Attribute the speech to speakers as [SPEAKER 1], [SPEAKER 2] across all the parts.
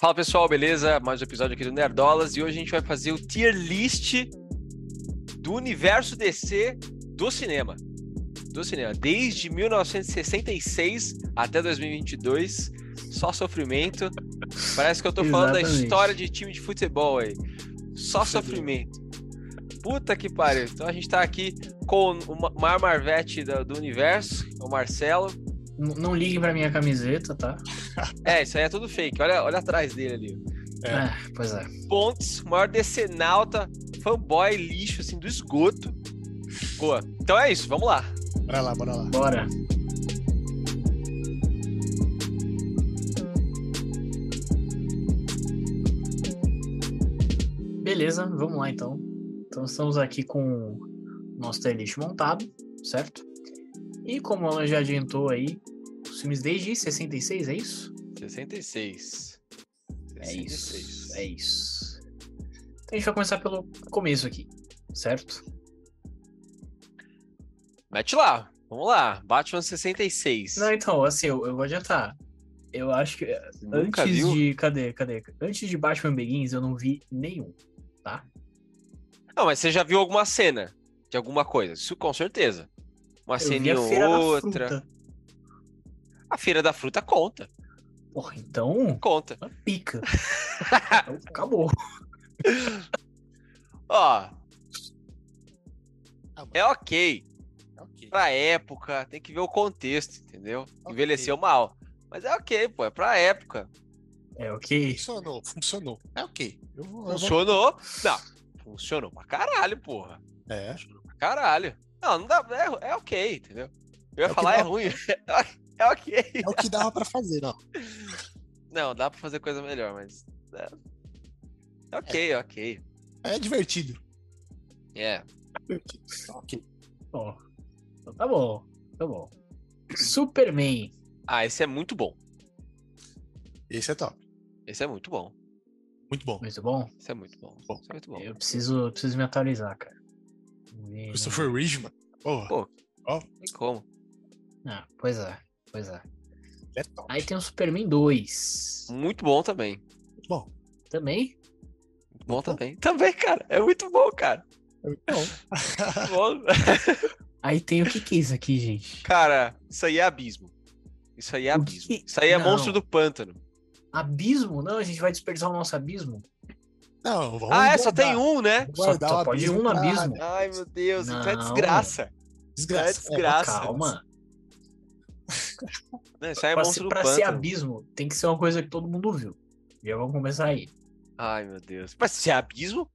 [SPEAKER 1] Fala pessoal, beleza? Mais um episódio aqui do Nerdolas e hoje a gente vai fazer o tier list do universo DC do cinema. Do cinema, desde 1966 até 2022, só sofrimento. Parece que eu tô falando da
[SPEAKER 2] Exatamente.
[SPEAKER 1] história de time de futebol aí. Só
[SPEAKER 2] Sofrimento.
[SPEAKER 1] sofrimento. Puta que pariu. Então a gente tá aqui com o ma- maior Marvete da- do universo, o Marcelo.
[SPEAKER 2] N- Não ligue pra minha camiseta, tá?
[SPEAKER 1] É, isso aí é tudo fake. Olha, olha atrás dele ali.
[SPEAKER 3] É.
[SPEAKER 2] Ah, pois é.
[SPEAKER 1] Pontes, o maior decenalta, fanboy lixo, assim, do esgoto. Boa. Então é isso, vamos lá.
[SPEAKER 3] Bora lá, bora lá.
[SPEAKER 2] Bora. Beleza, vamos lá então. Então estamos aqui com o nosso playlist montado, certo? E como ela já adiantou aí, os filmes desde 66, é isso?
[SPEAKER 1] 66.
[SPEAKER 2] É isso. É isso. Então a gente vai começar pelo começo aqui, certo?
[SPEAKER 1] Mete lá, vamos lá. Batman 66.
[SPEAKER 2] Não, então, assim, eu, eu vou adiantar. Eu acho que eh,
[SPEAKER 1] Nunca
[SPEAKER 2] antes
[SPEAKER 1] viu?
[SPEAKER 2] de. Cadê, cadê? Antes de Batman Begins, eu não vi nenhum. tá?
[SPEAKER 1] Não, mas você já viu alguma cena de alguma coisa? Isso com certeza. Uma
[SPEAKER 2] eu
[SPEAKER 1] cena ou
[SPEAKER 2] da
[SPEAKER 1] outra.
[SPEAKER 2] Fruta.
[SPEAKER 1] A Feira da Fruta conta.
[SPEAKER 2] Porra, então,
[SPEAKER 1] Conta.
[SPEAKER 2] uma pica. Então, Acabou.
[SPEAKER 1] Ó,
[SPEAKER 3] Ah, mano,
[SPEAKER 1] é ok. É
[SPEAKER 3] tá ok.
[SPEAKER 1] Pra época, tem que ver o contexto, entendeu?
[SPEAKER 3] Ok.
[SPEAKER 1] Envelheceu mal. Mas é ok, pô, é pra época.
[SPEAKER 2] É, ok.
[SPEAKER 3] Funcionou, funcionou. É ok. Eu vou, eu vou-
[SPEAKER 1] Funcionou? Não, funcionou pra caralho, porra.
[SPEAKER 3] É.
[SPEAKER 1] Pra caralho. Não, não dá. É, é ok, entendeu? Eu
[SPEAKER 3] É o
[SPEAKER 1] ia
[SPEAKER 3] que
[SPEAKER 1] falar, é
[SPEAKER 3] dá.
[SPEAKER 1] ruim. É, ok.
[SPEAKER 3] É o que dava pra fazer, ó.
[SPEAKER 1] Não, dá pra fazer coisa melhor, mas. É, é ok, ok.
[SPEAKER 3] É divertido.
[SPEAKER 1] É.
[SPEAKER 3] divertido. Tá ok.
[SPEAKER 2] Ó, então tá bom. Tá bom. Superman.
[SPEAKER 1] Ah, esse é muito bom.
[SPEAKER 3] Esse é top.
[SPEAKER 1] Esse é muito bom.
[SPEAKER 3] Muito bom.
[SPEAKER 2] Muito bom?
[SPEAKER 1] Esse é muito bom.
[SPEAKER 3] Bom.
[SPEAKER 1] Esse é muito bom.
[SPEAKER 2] Eu preciso, eu preciso me atualizar, cara. Não vi, não-
[SPEAKER 3] Christopher Reeve, mano. Porra,
[SPEAKER 1] Pô. Não
[SPEAKER 3] ó,
[SPEAKER 1] tem como.
[SPEAKER 2] Ah, pois é. Pois é.
[SPEAKER 3] é top.
[SPEAKER 2] Aí tem o Superman 2.
[SPEAKER 1] Muito bom também.
[SPEAKER 3] Muito bom.
[SPEAKER 2] Também?
[SPEAKER 1] Muito bom também. Também, cara. É muito bom, cara.
[SPEAKER 3] É muito bom.
[SPEAKER 1] Muito bom.
[SPEAKER 2] Aí tem o que que é isso aqui, gente?
[SPEAKER 1] cara, isso aí é abismo. Isso aí é
[SPEAKER 2] O
[SPEAKER 1] abismo.
[SPEAKER 2] que-
[SPEAKER 1] Isso aí é
[SPEAKER 2] Não.
[SPEAKER 1] monstro do pântano.
[SPEAKER 2] Abismo? Não, a gente vai desperdiçar o nosso abismo?
[SPEAKER 3] Não, vamos
[SPEAKER 1] ah, é, só
[SPEAKER 3] guardar.
[SPEAKER 1] tem um, né?
[SPEAKER 3] Vamos
[SPEAKER 2] Só-
[SPEAKER 3] guardar
[SPEAKER 2] só
[SPEAKER 3] o
[SPEAKER 2] pode um no
[SPEAKER 3] pra-
[SPEAKER 2] abismo.
[SPEAKER 1] Ai, meu Deus, isso é
[SPEAKER 2] Não.
[SPEAKER 1] desgraça.
[SPEAKER 3] Desgraça.
[SPEAKER 1] É desgraça.
[SPEAKER 2] Calma.
[SPEAKER 1] Não, isso aí é
[SPEAKER 2] pra
[SPEAKER 1] monstro
[SPEAKER 2] ser,
[SPEAKER 1] do
[SPEAKER 2] pra ser
[SPEAKER 1] pântano.
[SPEAKER 2] abismo, tem que ser uma coisa que todo mundo viu. Já vamos começar aí.
[SPEAKER 1] Ai, meu Deus. Mas se é abismo?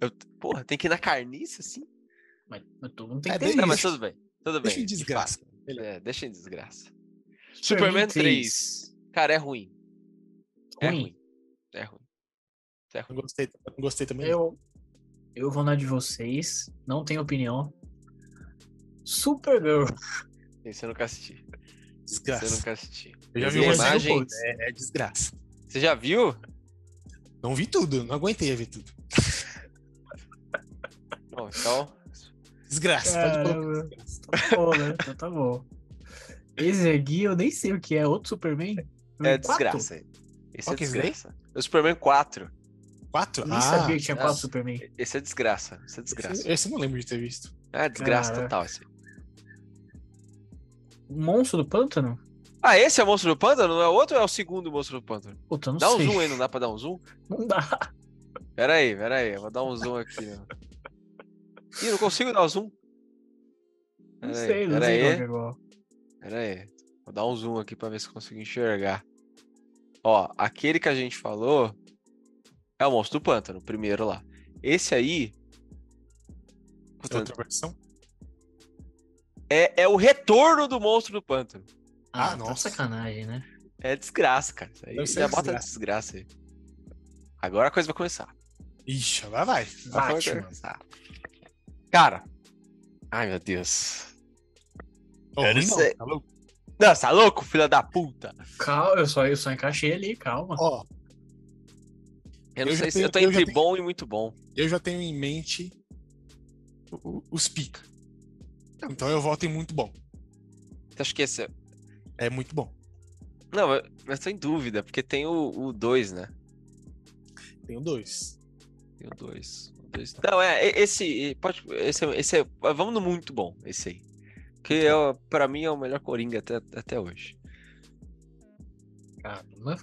[SPEAKER 1] Eu- Porra, tem que ir na carniça, assim?
[SPEAKER 2] Mas, mas todo mundo tem
[SPEAKER 3] É
[SPEAKER 2] que ter
[SPEAKER 3] bem
[SPEAKER 1] Não,
[SPEAKER 2] visto.
[SPEAKER 1] mas tudo bem. Tudo bem.
[SPEAKER 3] É, Deixa em
[SPEAKER 1] de
[SPEAKER 3] desgraça.
[SPEAKER 1] fato.
[SPEAKER 3] Melhor.
[SPEAKER 1] É, deixa em desgraça.
[SPEAKER 2] Superman
[SPEAKER 1] Superman
[SPEAKER 2] 3.
[SPEAKER 1] 3. Cara, é ruim. É
[SPEAKER 2] Ruim.
[SPEAKER 1] ruim. É ruim. É ruim.
[SPEAKER 3] Não gostei, não gostei também.
[SPEAKER 2] Eu, eu vou na de vocês. Não tenho opinião. Supergirl.
[SPEAKER 1] Esse eu nunca assisti. Esse eu
[SPEAKER 3] Desgraça.
[SPEAKER 1] nunca assisti.
[SPEAKER 3] Eu já
[SPEAKER 1] As
[SPEAKER 3] vi umas
[SPEAKER 2] Esse é o
[SPEAKER 1] imagens.
[SPEAKER 2] ponto.
[SPEAKER 3] É, é desgraça.
[SPEAKER 1] Você já viu?
[SPEAKER 3] Não vi tudo, não aguentei ver tudo.
[SPEAKER 1] Bom, então.
[SPEAKER 3] Desgraça. Pode colocar
[SPEAKER 2] Caramba.
[SPEAKER 3] desgraça.
[SPEAKER 2] é, Tá bom, né? Então tá bom. Esse aqui eu nem sei o que é. Outro Superman?
[SPEAKER 1] É
[SPEAKER 2] Hum, Quatro?
[SPEAKER 1] desgraça. Esse
[SPEAKER 3] Qual
[SPEAKER 1] é
[SPEAKER 3] que é esse daí?
[SPEAKER 1] desgraça. O Superman 4.
[SPEAKER 3] Quatro?
[SPEAKER 2] Eu nem
[SPEAKER 3] ah,
[SPEAKER 2] sabia que tinha
[SPEAKER 1] ah.
[SPEAKER 2] quatro Superman.
[SPEAKER 1] Esse é desgraça. Esse é desgraça.
[SPEAKER 3] Esse, esse eu não lembro de ter visto.
[SPEAKER 1] É desgraça
[SPEAKER 2] Caraca.
[SPEAKER 1] total esse.
[SPEAKER 2] Um Monstro do Pântano?
[SPEAKER 1] Ah, esse é o Monstro do Pântano? Não é o outro ou é o segundo Monstro do Pântano?
[SPEAKER 2] Puta, eu não
[SPEAKER 1] Dá um
[SPEAKER 2] sei.
[SPEAKER 1] zoom aí, não dá pra dar um zoom?
[SPEAKER 2] Não dá.
[SPEAKER 1] Pera aí, pera aí, eu vou dar um zoom aqui. Ó. Ih, não consigo dar um zoom?
[SPEAKER 2] Não
[SPEAKER 1] Pera
[SPEAKER 2] sei,
[SPEAKER 1] aí,
[SPEAKER 2] não
[SPEAKER 1] pera
[SPEAKER 2] sei qual que
[SPEAKER 1] aí,
[SPEAKER 2] é qual.
[SPEAKER 1] pera aí. Vou dar um zoom aqui pra ver se eu consigo enxergar. Ó, aquele que a gente falou é o Monstro do Pântano, o primeiro lá. Esse aí
[SPEAKER 3] É outra versão?
[SPEAKER 1] é, é o retorno do Monstro do Pântano.
[SPEAKER 2] Ah,
[SPEAKER 3] Ah,
[SPEAKER 2] nossa.
[SPEAKER 3] nossa.
[SPEAKER 2] sacanagem, né?
[SPEAKER 1] É desgraça, cara. Isso aí
[SPEAKER 3] Deve ser
[SPEAKER 1] já bota
[SPEAKER 3] desgraça.
[SPEAKER 1] desgraça aí. Agora a coisa vai começar.
[SPEAKER 3] Ixi, agora vai.
[SPEAKER 1] Vai
[SPEAKER 2] Batman.
[SPEAKER 3] assim.
[SPEAKER 1] começar. Cara. Ai, meu Deus. Eu
[SPEAKER 3] Ô,
[SPEAKER 1] não
[SPEAKER 3] ruim não,
[SPEAKER 1] sei.
[SPEAKER 3] tá louco?
[SPEAKER 1] Não, você tá louco, filha da puta?
[SPEAKER 2] Calma, eu só, eu só encaixei ali, calma.
[SPEAKER 3] Ó,
[SPEAKER 1] Eu não
[SPEAKER 3] Eu já
[SPEAKER 1] sei se
[SPEAKER 3] tenho-
[SPEAKER 1] eu tô
[SPEAKER 3] eu já
[SPEAKER 1] entre
[SPEAKER 3] tenho-
[SPEAKER 1] bom e muito bom.
[SPEAKER 3] eu já tenho em mente o- o- os pica. Então eu voto em muito bom.
[SPEAKER 1] Você acha que esse é...
[SPEAKER 3] É muito bom.
[SPEAKER 1] Não, eu, eu tô em dúvida, porque tem o 2, né?
[SPEAKER 3] Tenho dois.
[SPEAKER 1] Tem o 2. Não, é, e- esse. Pode, esse, é- esse é. Vamos no muito bom, esse aí. Que é, o- pra mim é o melhor Coringa até, até hoje.
[SPEAKER 2] Caramba.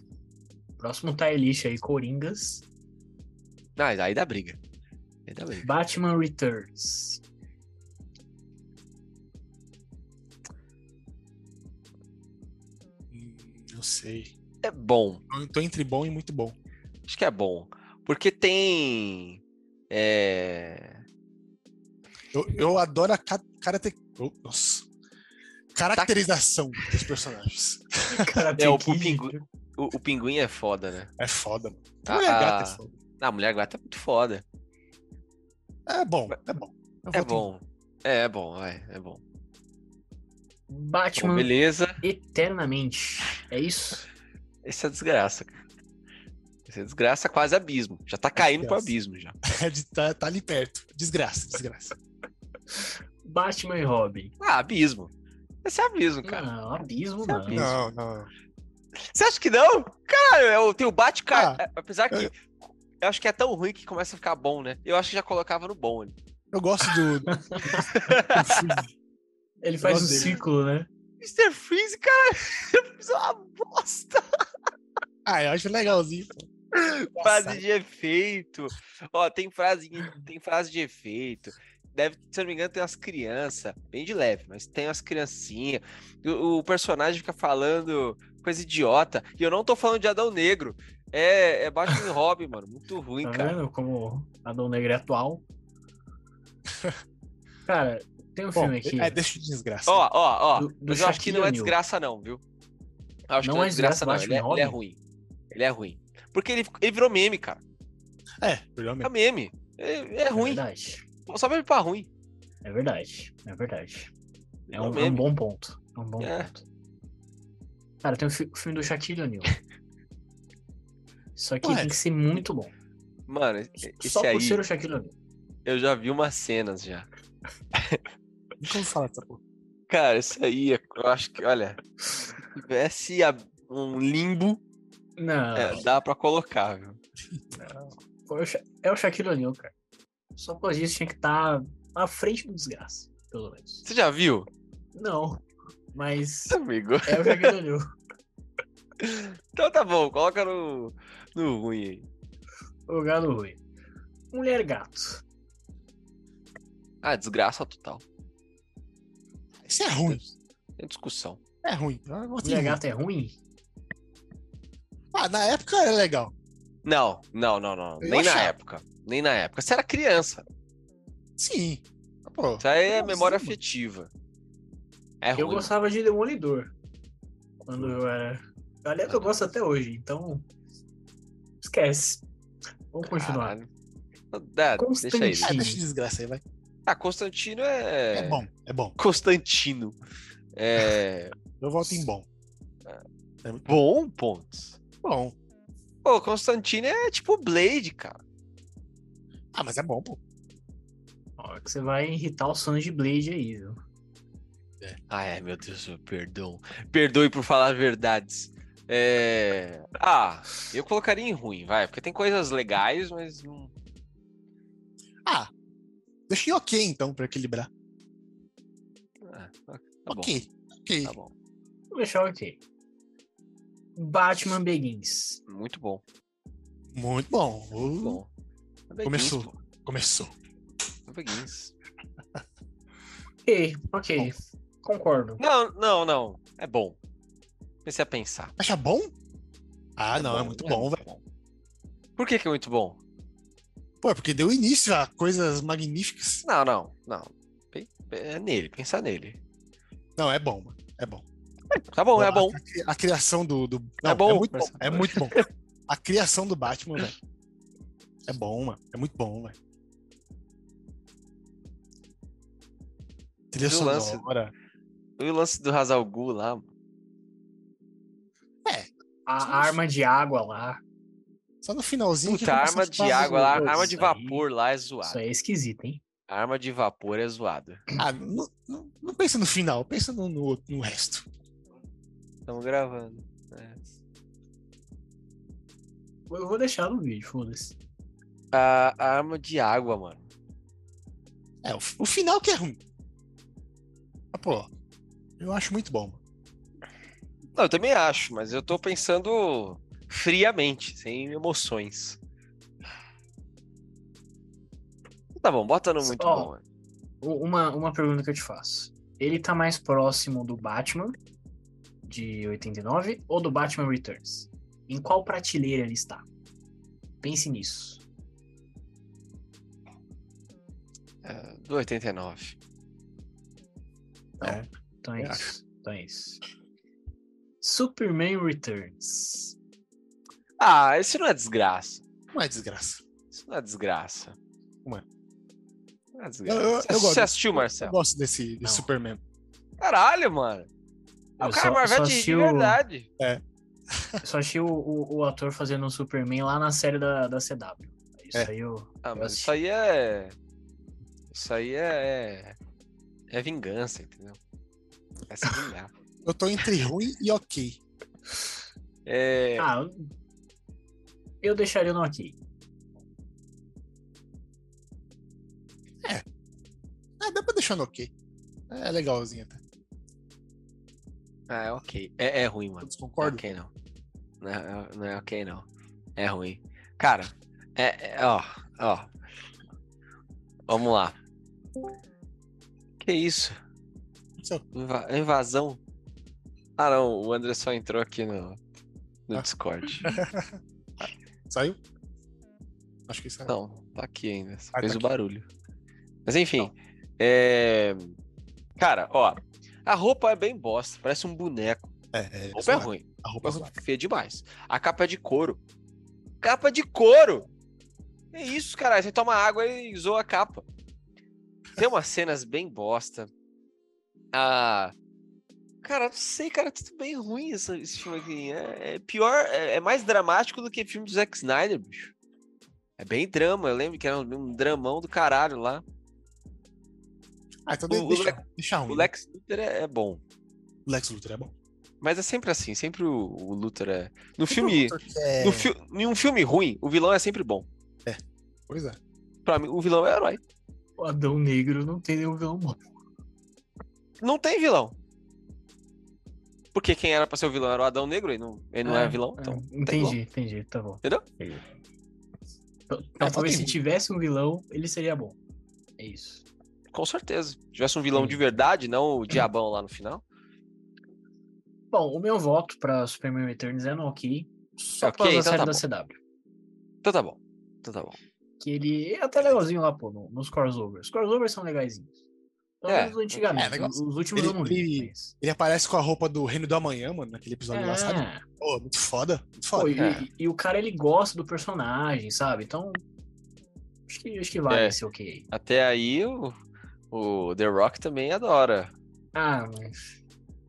[SPEAKER 2] Próximo tier list aí, Coringas.
[SPEAKER 1] Ah, aí dá briga. Aí dá briga.
[SPEAKER 2] Batman Returns.
[SPEAKER 3] Hum, Não sei.
[SPEAKER 1] É bom.
[SPEAKER 3] Eu Tô entre bom e muito bom.
[SPEAKER 1] Acho que é bom. Porque tem. É.
[SPEAKER 3] Eu, eu adoro a ca caracter... oh, nossa. caracterização dos personagens.
[SPEAKER 1] É, o
[SPEAKER 2] Karate Kid.
[SPEAKER 1] Pingu- O, o pinguim é foda, né?
[SPEAKER 3] É foda, mano.
[SPEAKER 1] A-
[SPEAKER 3] Mulher gata é
[SPEAKER 1] a-
[SPEAKER 3] foda.
[SPEAKER 1] Ah, a mulher gata é muito foda.
[SPEAKER 3] É bom, é bom. Eu
[SPEAKER 1] É
[SPEAKER 3] voto em-
[SPEAKER 1] bom. É, é bom, vai, é bom. Bom,
[SPEAKER 2] Batman
[SPEAKER 1] beleza.
[SPEAKER 2] Eternamente. É isso?
[SPEAKER 1] Esse é desgraça, cara. Esse é desgraça, quase abismo. Já tá caindo pro
[SPEAKER 3] Desgraça.
[SPEAKER 1] abismo já.
[SPEAKER 3] É de- tá, tá ali perto. Desgraça, desgraça.
[SPEAKER 2] Batman e Robin.
[SPEAKER 1] Ah, abismo. Esse é abismo, cara.
[SPEAKER 2] Não, abismo
[SPEAKER 1] Isso é
[SPEAKER 2] não.
[SPEAKER 1] abismo.
[SPEAKER 3] não, não.
[SPEAKER 1] Você acha que não? Caralho, é o- tem o bate cara. apesar que
[SPEAKER 3] eu-
[SPEAKER 1] eu acho que é tão ruim que começa a ficar bom, né? Eu acho que já colocava no bom. Né?
[SPEAKER 3] Eu gosto do. do filme.
[SPEAKER 2] Ele faz um
[SPEAKER 3] gosto dele.
[SPEAKER 2] ciclo, né?
[SPEAKER 1] Mr. Freeze, cara, é uma bosta.
[SPEAKER 3] ah, eu acho legalzinho. Pô.
[SPEAKER 1] Frase de efeito. Ó, tem frase, tem frase de efeito. Deve, se eu não me engano, tem umas crianças, bem de leve, mas tem umas criancinhas. O, o personagem fica falando coisa idiota. E eu não tô falando de Adão Negro. É, é Batman e Robin, mano. Muito ruim,
[SPEAKER 2] Tá
[SPEAKER 1] cara.
[SPEAKER 2] vendo como a Dona Negra é atual? Cara, tem um
[SPEAKER 3] Bom,
[SPEAKER 2] filme aqui.
[SPEAKER 3] é, deixa de desgraça.
[SPEAKER 1] Ó, ó, ó.
[SPEAKER 2] Do- do
[SPEAKER 1] mas eu acho que
[SPEAKER 2] Shaquille
[SPEAKER 1] não é
[SPEAKER 2] O'Neal.
[SPEAKER 1] desgraça, não, viu? Eu acho
[SPEAKER 2] Não
[SPEAKER 1] que não é
[SPEAKER 2] é
[SPEAKER 1] desgraça,
[SPEAKER 2] desgraça,
[SPEAKER 1] não.
[SPEAKER 2] Batman
[SPEAKER 1] Ele é,
[SPEAKER 2] e
[SPEAKER 1] ele é
[SPEAKER 2] Robin?
[SPEAKER 1] ruim. Ele é ruim. Porque ele, ele virou meme, cara.
[SPEAKER 3] É, melhor
[SPEAKER 1] É
[SPEAKER 3] mesmo.
[SPEAKER 1] meme. É, é
[SPEAKER 2] É
[SPEAKER 1] ruim.
[SPEAKER 2] verdade.
[SPEAKER 1] Só meme pra ruim.
[SPEAKER 2] É verdade. É verdade. É
[SPEAKER 1] Virou
[SPEAKER 2] um, é um
[SPEAKER 1] meme.
[SPEAKER 2] bom ponto. É um bom
[SPEAKER 1] É.
[SPEAKER 2] ponto. Cara, tem o fi- o filme do Shaquille O'Neal. Isso aqui
[SPEAKER 3] Ué.
[SPEAKER 2] tem que ser muito bom.
[SPEAKER 1] Mano, esse
[SPEAKER 2] Só por
[SPEAKER 1] aí.
[SPEAKER 2] ser o Shaquille O'Neal.
[SPEAKER 1] Eu já vi umas cenas já.
[SPEAKER 3] Nunca ouvi falar dessa porra.
[SPEAKER 1] Cara, isso aí, eu acho que, olha, se tivesse a- um limbo,
[SPEAKER 2] Não,
[SPEAKER 1] é, dá pra colocar, viu?
[SPEAKER 2] foi o Sha- é o Shaquille O'Neal, cara. Só por causa disso tinha que estar à frente do desgraça, pelo menos.
[SPEAKER 1] Você já viu,
[SPEAKER 2] Não, mas
[SPEAKER 1] amigo?
[SPEAKER 2] é o Shaquille O'Neal.
[SPEAKER 1] Então tá bom, coloca no, no ruim aí.
[SPEAKER 2] O galo ruim. Mulher gato.
[SPEAKER 1] Ah, desgraça total.
[SPEAKER 3] Isso é ruim.
[SPEAKER 1] Tem discussão.
[SPEAKER 3] É ruim. Eu gosto de
[SPEAKER 2] Mulher
[SPEAKER 3] ruim.
[SPEAKER 2] gato é ruim?
[SPEAKER 3] Ah, na época era legal.
[SPEAKER 1] Não, não, não, não.
[SPEAKER 3] Eu
[SPEAKER 1] Nem na
[SPEAKER 3] achava.
[SPEAKER 1] época. Nem na época. Você era criança.
[SPEAKER 3] Sim. Ah, Pô,
[SPEAKER 1] Isso aí é
[SPEAKER 3] Legalzinho.
[SPEAKER 1] memória afetiva. É
[SPEAKER 2] Eu
[SPEAKER 1] ruim.
[SPEAKER 2] gostava de Demolidor. Quando eu era. Aliás, eu gosto até hoje, então. Esquece. Vamos continuar.
[SPEAKER 1] Caralho. Dá, deixa aí.
[SPEAKER 2] Constantino.
[SPEAKER 3] ah, deixa de desgraça aí, vai.
[SPEAKER 1] Ah, Constantino
[SPEAKER 3] É.
[SPEAKER 1] é.
[SPEAKER 3] bom, é bom.
[SPEAKER 1] Constantino. É.
[SPEAKER 3] Eu voto em bom. É muito
[SPEAKER 1] bom pontos.
[SPEAKER 3] bom.
[SPEAKER 1] Pô, Constantino é tipo Blade, cara.
[SPEAKER 3] Ah, mas é bom, pô.
[SPEAKER 2] Ó, que você vai irritar os fãs de Blade aí, viu?
[SPEAKER 1] Ah, é, meu Deus, eu- perdão. Perdoe por falar verdades. É. Ah, eu colocaria em ruim, vai, porque tem coisas legais, mas não.
[SPEAKER 3] Ah, deixa em ok, então, pra equilibrar.
[SPEAKER 1] Ah, tá bom,
[SPEAKER 3] ok, ok.
[SPEAKER 1] tá bom.
[SPEAKER 2] Vou deixar ok. Batman Begins.
[SPEAKER 1] Muito bom. tá
[SPEAKER 3] Muito bom. Uh,
[SPEAKER 1] bom. É Beguins,
[SPEAKER 3] Começou.
[SPEAKER 1] pô,
[SPEAKER 3] Começou.
[SPEAKER 1] é Beguins.
[SPEAKER 2] Ok, ok. Concordo.
[SPEAKER 1] Não, não, não. É bom. Comecei a pensar.
[SPEAKER 3] Acha bom? Ah,
[SPEAKER 1] É
[SPEAKER 3] não, é muito bom, velho.
[SPEAKER 1] Por que, que é muito bom?
[SPEAKER 3] Pô, é porque deu início a coisas magníficas.
[SPEAKER 1] Não, não, não. Pe- É nele, pensar nele.
[SPEAKER 3] Não, é bom, mano. É bom.
[SPEAKER 1] Tá bom, é
[SPEAKER 3] A-
[SPEAKER 1] bom.
[SPEAKER 3] A, cri- a criação do. do... Não,
[SPEAKER 1] bom,
[SPEAKER 3] É muito bom.
[SPEAKER 1] Marcelo.
[SPEAKER 3] É muito bom. A criação do Batman, velho. É bom, mano. É muito bom, velho. Trilha
[SPEAKER 1] E o lance-
[SPEAKER 3] sonora.
[SPEAKER 1] E o lance do Hazal Gu lá,
[SPEAKER 2] A arma de água lá.
[SPEAKER 3] Só no finalzinho. que
[SPEAKER 1] Puta, a
[SPEAKER 3] começa a
[SPEAKER 1] arma
[SPEAKER 3] te
[SPEAKER 1] de
[SPEAKER 3] fazer-
[SPEAKER 1] água lá,
[SPEAKER 2] zoado,
[SPEAKER 1] a arma de
[SPEAKER 2] isso aí.
[SPEAKER 1] vapor lá é
[SPEAKER 2] Isso
[SPEAKER 1] zoada.
[SPEAKER 2] aí é esquisito, hein?
[SPEAKER 1] A arma de vapor é zoada.
[SPEAKER 3] Ah, não, não- não pensa no final, pensa no, no, no resto.
[SPEAKER 1] Estamos gravando. né?
[SPEAKER 2] Eu vou deixar no vídeo, foda-se.
[SPEAKER 1] A, a arma de água, mano.
[SPEAKER 3] É, o, o final que é ruim. Ah, pô, eu acho muito bom.
[SPEAKER 1] Não, eu também acho, mas eu tô pensando friamente, sem emoções. Tá bom, bota no muito
[SPEAKER 2] Só-
[SPEAKER 1] bom. né? mano.
[SPEAKER 2] U- Uma, uma pergunta que eu te faço. Ele tá mais próximo do Batman de 89 ou do Batman Returns? Em qual prateleira ele está? Pense nisso.
[SPEAKER 1] É, do 89.
[SPEAKER 2] Então é
[SPEAKER 3] Eu
[SPEAKER 2] isso. Então é isso. Superman Returns.
[SPEAKER 1] Ah, isso não é desgraça.
[SPEAKER 3] Não é desgraça.
[SPEAKER 1] Isso não é desgraça.
[SPEAKER 3] Como é?
[SPEAKER 1] Não é desgraça.
[SPEAKER 3] Eu- eu-
[SPEAKER 1] Você
[SPEAKER 3] eu
[SPEAKER 1] assi-
[SPEAKER 3] gosto.
[SPEAKER 1] você assistiu,
[SPEAKER 3] Eu
[SPEAKER 1] Marcelo?
[SPEAKER 3] gosto desse, desse
[SPEAKER 2] Não.
[SPEAKER 3] Superman.
[SPEAKER 1] Caralho, mano. Ah,
[SPEAKER 2] Eu
[SPEAKER 1] o cara
[SPEAKER 2] só-
[SPEAKER 1] Marvel
[SPEAKER 2] só
[SPEAKER 1] de,
[SPEAKER 2] assisti
[SPEAKER 1] de
[SPEAKER 2] o-
[SPEAKER 1] verdade.
[SPEAKER 2] Eu só achei o, o, o ator fazendo um Superman lá na série da, da CW. Isso
[SPEAKER 3] É.
[SPEAKER 2] aí eu.
[SPEAKER 1] Ah, mas
[SPEAKER 2] assisti.
[SPEAKER 1] isso aí é. Isso aí é. É, é vingança, entendeu? É se vingar.
[SPEAKER 3] Eu tô entre ruim e ok.
[SPEAKER 1] É,
[SPEAKER 2] Ah, eu- eu deixaria no aqui.
[SPEAKER 3] Ah, dá pra deixar no ok. É legalzinho até.
[SPEAKER 1] ah, é ok. É, é ruim, mano.
[SPEAKER 3] Todos
[SPEAKER 1] Não é
[SPEAKER 3] concordam?
[SPEAKER 1] ok, não. Não é, não é ok, não. É ruim. Cara, é. é- ó, ó. Vamos lá. Que isso?
[SPEAKER 3] Seu-
[SPEAKER 1] Inva- invasão? Ah, não. O André só entrou aqui no, no
[SPEAKER 3] Ah.
[SPEAKER 1] Discord.
[SPEAKER 3] Saiu? Acho que saiu.
[SPEAKER 1] Não, tá aqui ainda. Só
[SPEAKER 3] Ah, tá
[SPEAKER 1] fez o
[SPEAKER 3] aqui. Então.
[SPEAKER 1] barulho. Mas enfim. é, Cara, ó. A roupa é bem bosta, parece um boneco.
[SPEAKER 3] É, é,
[SPEAKER 1] A roupa é
[SPEAKER 3] zoado.
[SPEAKER 1] ruim,
[SPEAKER 3] A
[SPEAKER 1] a roupa é
[SPEAKER 3] roupa é
[SPEAKER 1] ruim,
[SPEAKER 3] zoada.
[SPEAKER 1] feia demais. A capa é de couro. Capa de couro! É isso, caralho. Você toma água e zoa a capa. Tem umas cenas bem bosta. Ah. Cara, não sei, cara, é tudo bem ruim essa- esse filme aqui. É, é pior, é, é mais dramático do que filme do Zack Snyder, bicho. É bem drama, eu lembro que era um, um dramão do caralho lá.
[SPEAKER 3] Ah, então
[SPEAKER 1] O- o
[SPEAKER 3] deixa,
[SPEAKER 1] Lex-
[SPEAKER 3] deixa ruim.
[SPEAKER 1] O Lex Luthor é, é bom.
[SPEAKER 3] O Lex Luthor é bom.
[SPEAKER 1] Mas é sempre assim, sempre o, o Luthor é. No
[SPEAKER 3] Sempre o
[SPEAKER 1] filme.
[SPEAKER 3] Luthor que é-
[SPEAKER 1] No fi em um filme ruim, o vilão é sempre bom.
[SPEAKER 3] Pois é.
[SPEAKER 1] Pra mim, o vilão é o herói.
[SPEAKER 2] O Adão Negro não tem nenhum vilão bom.
[SPEAKER 1] Não tem vilão. Porque quem era pra ser o vilão era o Adão Negro, ele não, ele não é, vilão. Então,
[SPEAKER 2] É, entendi, entendi, tá bom.
[SPEAKER 1] Entendeu?
[SPEAKER 2] Entendi. Então, então,
[SPEAKER 3] só
[SPEAKER 2] talvez
[SPEAKER 3] tem
[SPEAKER 2] se
[SPEAKER 3] um.
[SPEAKER 2] tivesse um vilão, ele seria bom. É isso.
[SPEAKER 1] com certeza. Se tivesse um vilão de
[SPEAKER 2] Entendi.
[SPEAKER 1] verdade, não o diabão lá no final.
[SPEAKER 2] Bom, o meu voto pra Superman Returns é no Ok, só
[SPEAKER 1] É
[SPEAKER 2] por causa
[SPEAKER 1] ok,
[SPEAKER 2] da
[SPEAKER 1] então
[SPEAKER 2] série
[SPEAKER 1] tá
[SPEAKER 2] da
[SPEAKER 1] bom.
[SPEAKER 2] CW.
[SPEAKER 1] Então tá bom. Então tá bom.
[SPEAKER 2] Que ele é até legalzinho lá, pô, no- nos crossovers. Os crossovers são legaisinhos. Pelo
[SPEAKER 1] É,
[SPEAKER 2] menos antigamente.
[SPEAKER 3] é legal.
[SPEAKER 2] os os últimos
[SPEAKER 3] Ele-
[SPEAKER 2] eu não vi.
[SPEAKER 3] ele-
[SPEAKER 2] mas-
[SPEAKER 3] Ele aparece com a roupa do Reino do Amanhã, mano, naquele episódio lá, sabe?
[SPEAKER 2] É.
[SPEAKER 3] Pô, muito foda. Muito
[SPEAKER 2] Pô,
[SPEAKER 3] foda.
[SPEAKER 2] e,
[SPEAKER 1] É.
[SPEAKER 2] e o cara ele gosta do personagem, sabe? Então. Acho que, acho que vale
[SPEAKER 1] É.
[SPEAKER 2] esse ok aí.
[SPEAKER 1] Até aí, o, o The Rock também adora.
[SPEAKER 2] Ah, mas.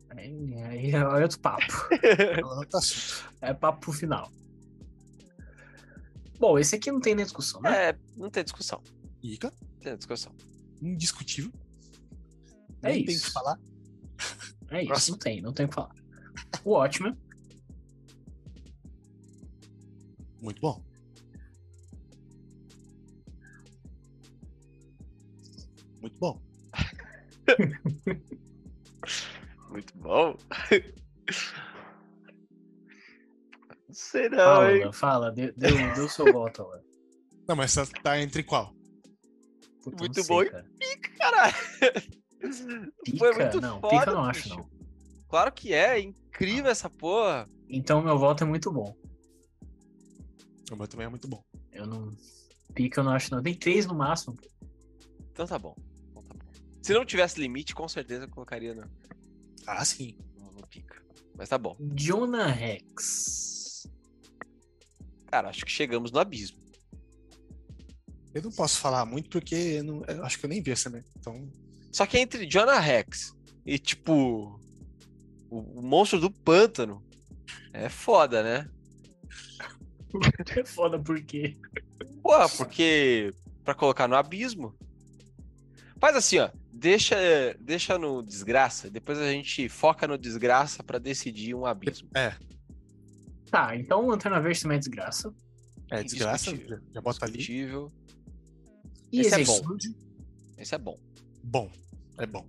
[SPEAKER 2] Aí, aí é outro papo.
[SPEAKER 3] Ela tá su-
[SPEAKER 2] É papo pro final. Bom, esse aqui não tem nem discussão, né?
[SPEAKER 1] É, não tem discussão.
[SPEAKER 3] Ica,
[SPEAKER 1] Não tem discussão.
[SPEAKER 3] indiscutível.
[SPEAKER 2] É
[SPEAKER 3] Nem Tem
[SPEAKER 2] isso.
[SPEAKER 3] que falar.
[SPEAKER 2] É isso,
[SPEAKER 3] Próximo.
[SPEAKER 2] não tem, não tem o que falar. O Watchmen,
[SPEAKER 3] Muito bom. Muito bom.
[SPEAKER 1] Muito bom. Não sei não,
[SPEAKER 2] fala,
[SPEAKER 1] hein?
[SPEAKER 2] Léo, fala, deu, deu, deu seu voto, Léo.
[SPEAKER 3] Não, mas essa tá entre qual?
[SPEAKER 2] Puta, não
[SPEAKER 1] Muito
[SPEAKER 2] sei,
[SPEAKER 1] bom e
[SPEAKER 2] cara.
[SPEAKER 1] Caralho.
[SPEAKER 2] Pica?
[SPEAKER 1] Foi muito
[SPEAKER 2] não,
[SPEAKER 1] foda,
[SPEAKER 2] pica eu não acho,
[SPEAKER 1] bicho.
[SPEAKER 2] não.
[SPEAKER 1] Claro que é, é incrível essa porra.
[SPEAKER 2] Então meu voto é muito bom.
[SPEAKER 3] O meu também é muito bom.
[SPEAKER 2] Eu não. Pica eu não acho, não. Tem três no máximo.
[SPEAKER 1] Então tá bom. Então tá bom. Se não tivesse limite, com certeza eu colocaria no,
[SPEAKER 3] Ah, sim.
[SPEAKER 1] no- no pica. Mas tá bom.
[SPEAKER 2] Jonah Rex.
[SPEAKER 1] Cara, acho que chegamos no abismo.
[SPEAKER 3] Eu não posso falar muito porque eu, não- eu acho que eu nem vi essa, né? Então,
[SPEAKER 1] Só que entre Jonah Rex e, tipo, o, o monstro do pântano, é foda, né?
[SPEAKER 2] É foda porque.
[SPEAKER 1] Porra, porque pra colocar no abismo. Faz assim, ó. Deixa, deixa no desgraça, depois a gente foca no desgraça pra decidir um abismo.
[SPEAKER 3] é.
[SPEAKER 2] Tá, então Lanterna Verde também é desgraça.
[SPEAKER 3] É desgraça,
[SPEAKER 1] Indiscutível.
[SPEAKER 3] já bota ali.
[SPEAKER 1] Discutível.
[SPEAKER 2] E
[SPEAKER 1] Esse é
[SPEAKER 2] Execute.
[SPEAKER 1] bom. Esse é bom.
[SPEAKER 3] Bom, é bom.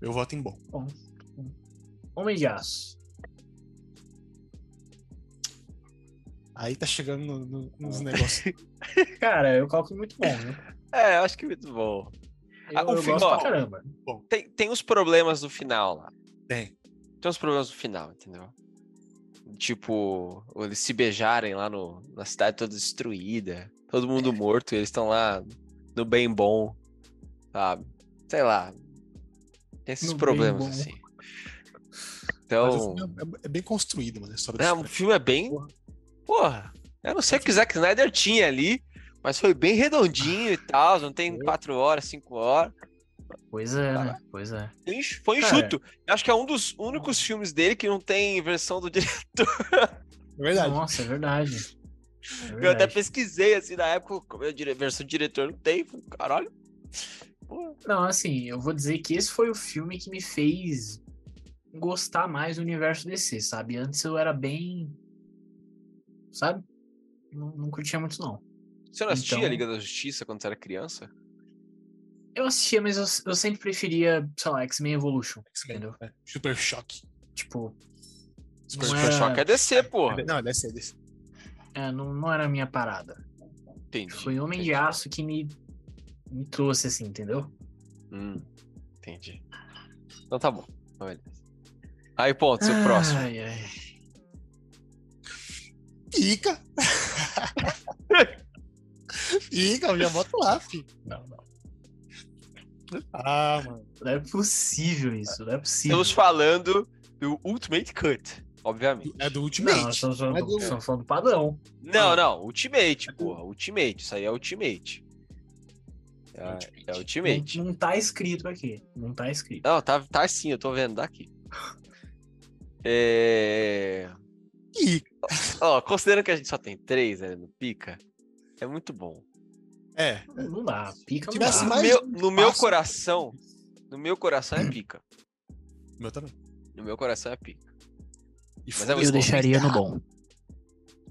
[SPEAKER 3] Eu voto em bom.
[SPEAKER 2] Homem de Aço.
[SPEAKER 3] Aí tá chegando no- no- nos negócios.
[SPEAKER 2] Cara, eu coloco muito bom, né?
[SPEAKER 1] É, eu acho que é muito bom.
[SPEAKER 2] Eu,
[SPEAKER 1] Ah, o
[SPEAKER 2] eu
[SPEAKER 1] filme,
[SPEAKER 2] gosto
[SPEAKER 1] ó.
[SPEAKER 2] pra caramba.
[SPEAKER 1] Tem, tem uns problemas no final lá.
[SPEAKER 3] Tem.
[SPEAKER 1] Tem uns problemas no final, entendeu? Tipo, eles se beijarem lá no, na cidade toda destruída, todo mundo morto, e eles estão lá no bem bom, sabe? Sei lá. Tem esses
[SPEAKER 2] No bem
[SPEAKER 1] problemas,
[SPEAKER 2] bom. assim,
[SPEAKER 1] assim.
[SPEAKER 3] Mas o
[SPEAKER 1] Então.
[SPEAKER 3] filme é, é bem construído, mano. A história do
[SPEAKER 2] tipo,
[SPEAKER 1] Não, o
[SPEAKER 3] filme.
[SPEAKER 1] filme é bem. Porra, eu não sei o que o Zack Snyder tinha ali, mas foi bem redondinho e tal. Não tem
[SPEAKER 2] Foi.
[SPEAKER 1] 4 horas, 5 horas.
[SPEAKER 2] Pois é, né? Pois é.
[SPEAKER 1] Foi enxu- Foi
[SPEAKER 2] Cara.
[SPEAKER 1] enxuto. Eu Acho que é um dos únicos filmes dele que não tem versão do diretor.
[SPEAKER 3] É verdade.
[SPEAKER 2] Nossa, é verdade. É
[SPEAKER 1] Eu até
[SPEAKER 2] verdade.
[SPEAKER 1] pesquisei assim na época, como é a dire- versão do diretor não tem. Falei, Caralho. Porra.
[SPEAKER 2] Não, assim, eu vou dizer que esse foi o filme que me fez gostar mais do universo DC, sabe? Antes eu era bem. Sabe? Não, não curtia muito, não.
[SPEAKER 1] Você não assistia
[SPEAKER 2] Então-
[SPEAKER 1] a Liga da Justiça quando você era criança?
[SPEAKER 2] Eu assistia, mas eu, eu sempre preferia, sei lá, X-Men Evolution, entendeu?
[SPEAKER 3] É, Super choque.
[SPEAKER 2] Tipo,
[SPEAKER 3] Super
[SPEAKER 2] Não
[SPEAKER 1] Super
[SPEAKER 2] é-
[SPEAKER 1] Choque é DC, porra.
[SPEAKER 3] Não, deve ser, deve ser.
[SPEAKER 2] é, não, não era a minha parada.
[SPEAKER 1] Entendi.
[SPEAKER 2] Foi Homem de
[SPEAKER 1] entendi.
[SPEAKER 2] Aço que me, me trouxe, assim, entendeu?
[SPEAKER 1] Hum, entendi. Então tá bom. Beleza. Aí, ponto,
[SPEAKER 2] Ah,
[SPEAKER 1] seu próximo.
[SPEAKER 2] Ai, ai.
[SPEAKER 3] Pica! Pica, eu já boto lá, filho.
[SPEAKER 2] Não, não.
[SPEAKER 3] Ah, mano.
[SPEAKER 2] Não é possível isso, não é possível.
[SPEAKER 1] Estamos falando do Ultimate Cut, obviamente.
[SPEAKER 3] É
[SPEAKER 2] Não,
[SPEAKER 3] do
[SPEAKER 2] nós
[SPEAKER 3] Ultimate.
[SPEAKER 2] estamos falando,
[SPEAKER 3] é do-
[SPEAKER 2] do, estamos falando do padrão.
[SPEAKER 1] Não, não, Ultimate, porra. Ultimate, isso aí é Ultimate. É, é Ultimate.
[SPEAKER 2] Não, não tá escrito aqui. Não tá escrito.
[SPEAKER 1] Não, tá, tá assim, eu tô vendo daqui. É...
[SPEAKER 3] Pica.
[SPEAKER 1] Ó, considerando que a gente só tem três né, no Pica, é muito bom.
[SPEAKER 3] É.
[SPEAKER 2] Não não dá. Pica não
[SPEAKER 3] Tivesse
[SPEAKER 2] dá.
[SPEAKER 1] No
[SPEAKER 3] mais
[SPEAKER 1] meu, no meu
[SPEAKER 3] espaço.
[SPEAKER 1] coração, no meu coração é Pica.
[SPEAKER 3] Meu também.
[SPEAKER 1] No meu coração é Pica.
[SPEAKER 3] E
[SPEAKER 1] Mas é
[SPEAKER 3] foda-se.
[SPEAKER 1] muito bom.
[SPEAKER 2] no bom.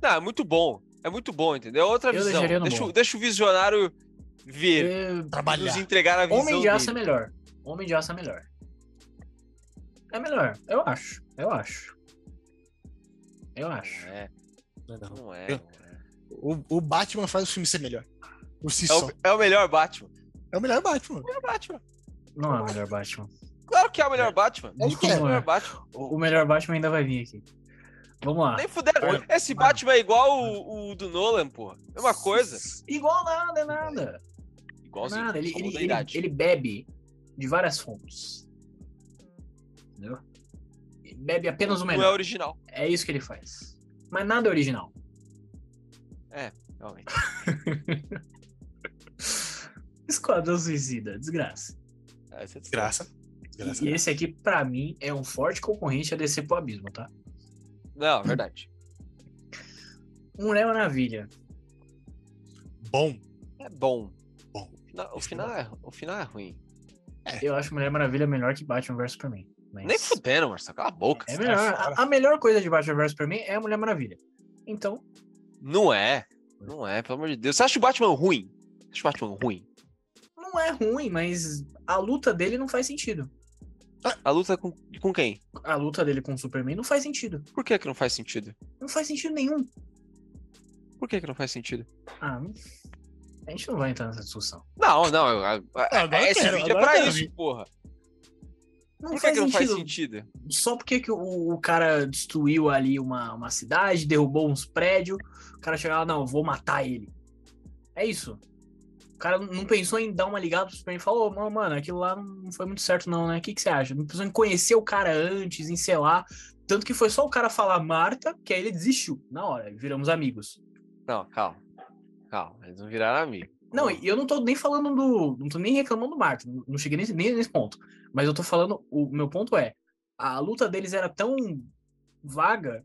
[SPEAKER 1] Não, é muito bom. É muito bom, entendeu? É outra
[SPEAKER 2] Eu
[SPEAKER 1] visão.
[SPEAKER 2] deixaria no
[SPEAKER 1] Deixa, o-
[SPEAKER 2] bom.
[SPEAKER 1] deixa o visionário ver,
[SPEAKER 2] Eh,
[SPEAKER 1] nos
[SPEAKER 3] Trabalhar.
[SPEAKER 1] entregar a visão
[SPEAKER 2] Homem de Aço é
[SPEAKER 1] dele.
[SPEAKER 2] melhor. Homem de Aço é melhor. É melhor, eu acho. Eu acho. Eu acho.
[SPEAKER 1] Não é,
[SPEAKER 3] né, Não, não.
[SPEAKER 1] não é.
[SPEAKER 3] Eu-
[SPEAKER 1] não é.
[SPEAKER 3] O, o Batman faz o filme ser melhor. Por si
[SPEAKER 1] É
[SPEAKER 3] só.
[SPEAKER 1] o, é o melhor Batman.
[SPEAKER 3] É o melhor Batman.
[SPEAKER 1] É o Batman.
[SPEAKER 2] Não é o melhor Batman.
[SPEAKER 1] Claro que é o melhor Batman.
[SPEAKER 3] É o
[SPEAKER 1] Nunca foi
[SPEAKER 2] quê?
[SPEAKER 1] o melhor Batman.
[SPEAKER 2] O, o melhor Batman ainda vai vir aqui. Vamos lá.
[SPEAKER 1] Nem fuderam. Esse
[SPEAKER 2] Mano.
[SPEAKER 1] Batman é igual o, o do Nolan, porra. Mesma coisa.
[SPEAKER 2] Igual nada, é nada.
[SPEAKER 1] Igualzinho.
[SPEAKER 2] Nada. Ele,
[SPEAKER 1] só
[SPEAKER 2] ele,
[SPEAKER 1] muda a
[SPEAKER 2] ele,
[SPEAKER 1] idade.
[SPEAKER 2] ele bebe de várias fontes. Entendeu? Ele Bebe apenas o
[SPEAKER 1] não é
[SPEAKER 2] melhor.
[SPEAKER 1] original,
[SPEAKER 2] É isso que ele faz. Mas nada é original.
[SPEAKER 1] realmente.
[SPEAKER 2] Esquadrão Suicida, desgraça.
[SPEAKER 1] Ah, isso é desgraça.
[SPEAKER 3] Desgraça. Desgraça.
[SPEAKER 2] E esse aqui, pra mim, é um forte concorrente a descer pro abismo, tá?
[SPEAKER 1] Não, é verdade.
[SPEAKER 2] Um Mulher Maravilha.
[SPEAKER 3] Bom.
[SPEAKER 1] É bom.
[SPEAKER 3] Bom.
[SPEAKER 1] Não, o, final é, o final é ruim.
[SPEAKER 2] Eu acho Mulher Maravilha melhor que Batman vs Superman. Mas...
[SPEAKER 1] Nem fudendo, Marcelo. Cala a boca. tá
[SPEAKER 2] É melhor. A, a melhor coisa de Batman vs Superman é a Mulher Maravilha. Então,
[SPEAKER 1] Não é. Não é, pelo amor de Deus. Você acha o Batman ruim? Você acha o Batman ruim?
[SPEAKER 2] não é ruim, mas a luta dele não faz sentido.
[SPEAKER 1] A luta com, com quem?
[SPEAKER 2] A luta dele com o Superman não faz sentido.
[SPEAKER 1] Por que que não faz sentido?
[SPEAKER 2] Não faz sentido nenhum.
[SPEAKER 1] Por que que não faz sentido?
[SPEAKER 2] Ah, não- a gente não vai entrar nessa discussão.
[SPEAKER 1] Não, não. eu- a- a-
[SPEAKER 3] Ah, Agora eu
[SPEAKER 1] esse
[SPEAKER 3] quero,
[SPEAKER 1] vídeo é
[SPEAKER 3] agora eu
[SPEAKER 1] pra
[SPEAKER 3] quero
[SPEAKER 1] isso, porra.
[SPEAKER 2] Não
[SPEAKER 1] Por que,
[SPEAKER 2] faz
[SPEAKER 1] que não faz
[SPEAKER 2] sentido.
[SPEAKER 1] sentido?
[SPEAKER 2] Só porque que o, o cara destruiu ali uma, uma cidade, derrubou uns prédios, o cara chegava, não, vou matar ele. É isso. O cara não pensou em dar uma ligada pro Superman e falou, "Ô, mano, aquilo lá não foi muito certo não, né? O que, que você acha? Não pensou em conhecer o cara antes, em sei lá. Tanto que foi só o cara falar Marta, que aí ele desistiu. Na hora, viramos amigos.
[SPEAKER 1] Não, calma. Calma, eles não viraram amigo.
[SPEAKER 2] Não, e eu não tô nem falando do. Não tô nem reclamando do Marta. Não não cheguei nesse, nem nesse ponto. Mas eu tô falando. O meu ponto é. A luta deles era tão vaga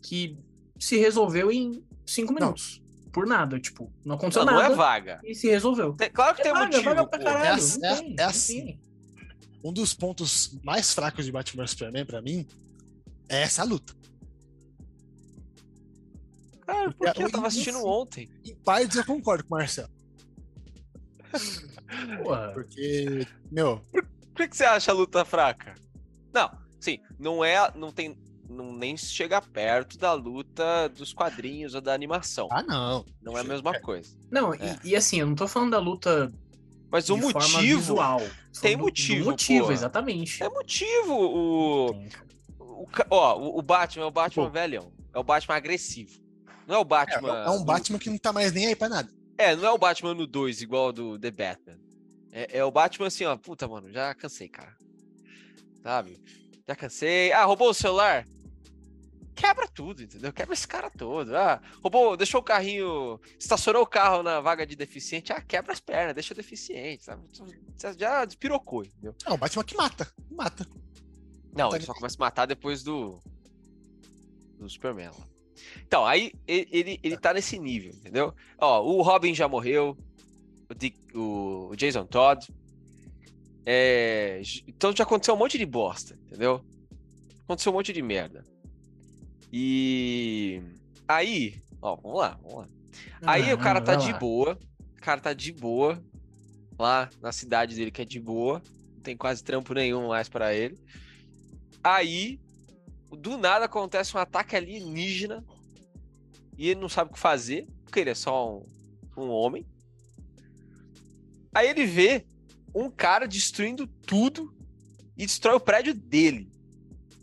[SPEAKER 2] que se resolveu em cinco minutos. Por nada. Tipo, não aconteceu
[SPEAKER 1] Não, não
[SPEAKER 2] nada.
[SPEAKER 1] é vaga.
[SPEAKER 2] E se resolveu. É
[SPEAKER 1] Tem- claro que tem
[SPEAKER 2] vaga,
[SPEAKER 1] motivo.
[SPEAKER 2] vaga pra
[SPEAKER 1] pô.
[SPEAKER 2] caralho.
[SPEAKER 3] É
[SPEAKER 2] não
[SPEAKER 3] ass-
[SPEAKER 2] tem,
[SPEAKER 3] é- é
[SPEAKER 2] não
[SPEAKER 3] assim.
[SPEAKER 2] tem.
[SPEAKER 3] Um dos pontos mais fracos de Batman vs Superman pra mim É essa a luta.
[SPEAKER 1] Cara,
[SPEAKER 3] É,
[SPEAKER 1] porque eu
[SPEAKER 3] o
[SPEAKER 1] tava assistindo
[SPEAKER 3] início-
[SPEAKER 1] ontem.
[SPEAKER 3] Em partes eu concordo com o Marcelo.
[SPEAKER 2] Porra.
[SPEAKER 3] Porque, meu,
[SPEAKER 1] Por que, que você acha a luta fraca? Não, sim, não é. Não tem. Não nem chega perto da luta dos quadrinhos ou da animação.
[SPEAKER 3] ah não.
[SPEAKER 1] Não é a mesma coisa.
[SPEAKER 2] Não,
[SPEAKER 1] É.
[SPEAKER 2] e, e assim, eu não tô falando da luta
[SPEAKER 1] Mas o
[SPEAKER 2] de forma
[SPEAKER 1] motivo.
[SPEAKER 2] visual. Tô
[SPEAKER 1] Tem
[SPEAKER 2] falando do-
[SPEAKER 1] motivo,
[SPEAKER 2] Do motivo,
[SPEAKER 1] porra.
[SPEAKER 2] exatamente.
[SPEAKER 1] É motivo o.
[SPEAKER 2] Tem, cara.
[SPEAKER 1] o ca- ó, o- o Batman é o Batman
[SPEAKER 3] Pô.
[SPEAKER 1] velhão. É o Batman agressivo. Não é o
[SPEAKER 3] É,
[SPEAKER 1] Batman.
[SPEAKER 3] é um
[SPEAKER 1] do-
[SPEAKER 3] Batman que não tá mais nem aí pra nada.
[SPEAKER 1] É, não é o Batman no 2, igual do The Batman. É, é o Batman assim, ó. Puta, mano, já cansei, cara. Sabe? Já cansei. Ah, roubou o celular? Quebra tudo, entendeu? Quebra esse cara todo. Ah, roubou, deixou o carrinho. Estacionou o carro na vaga de deficiente. Ah, quebra as pernas, deixa o deficiente, sabe? Já- Já despirocou, entendeu?
[SPEAKER 3] É um Batman que mata. que Mata.
[SPEAKER 1] Não,
[SPEAKER 3] Tá
[SPEAKER 1] ele só começa a matar depois do. Do Superman. lá. Então, aí ele, ele, ele tá nesse nível, entendeu? Ó, o Robin já morreu, o, Dick- o- o Jason Todd. É, j- então já aconteceu um monte de bosta, entendeu? Aconteceu um monte de merda. E. Aí, ó, vamos lá, vamos lá. Aí
[SPEAKER 2] Ah,
[SPEAKER 1] o cara tá
[SPEAKER 2] vai
[SPEAKER 1] de
[SPEAKER 2] lá.
[SPEAKER 1] boa. O cara tá de boa. Lá na cidade dele que é de boa. Não tem quase trampo nenhum mais pra ele. Aí, do nada acontece um ataque alienígena. E ele não sabe o que fazer. Porque ele é só um, um homem. Aí ele vê um cara destruindo tudo. E destrói o prédio dele.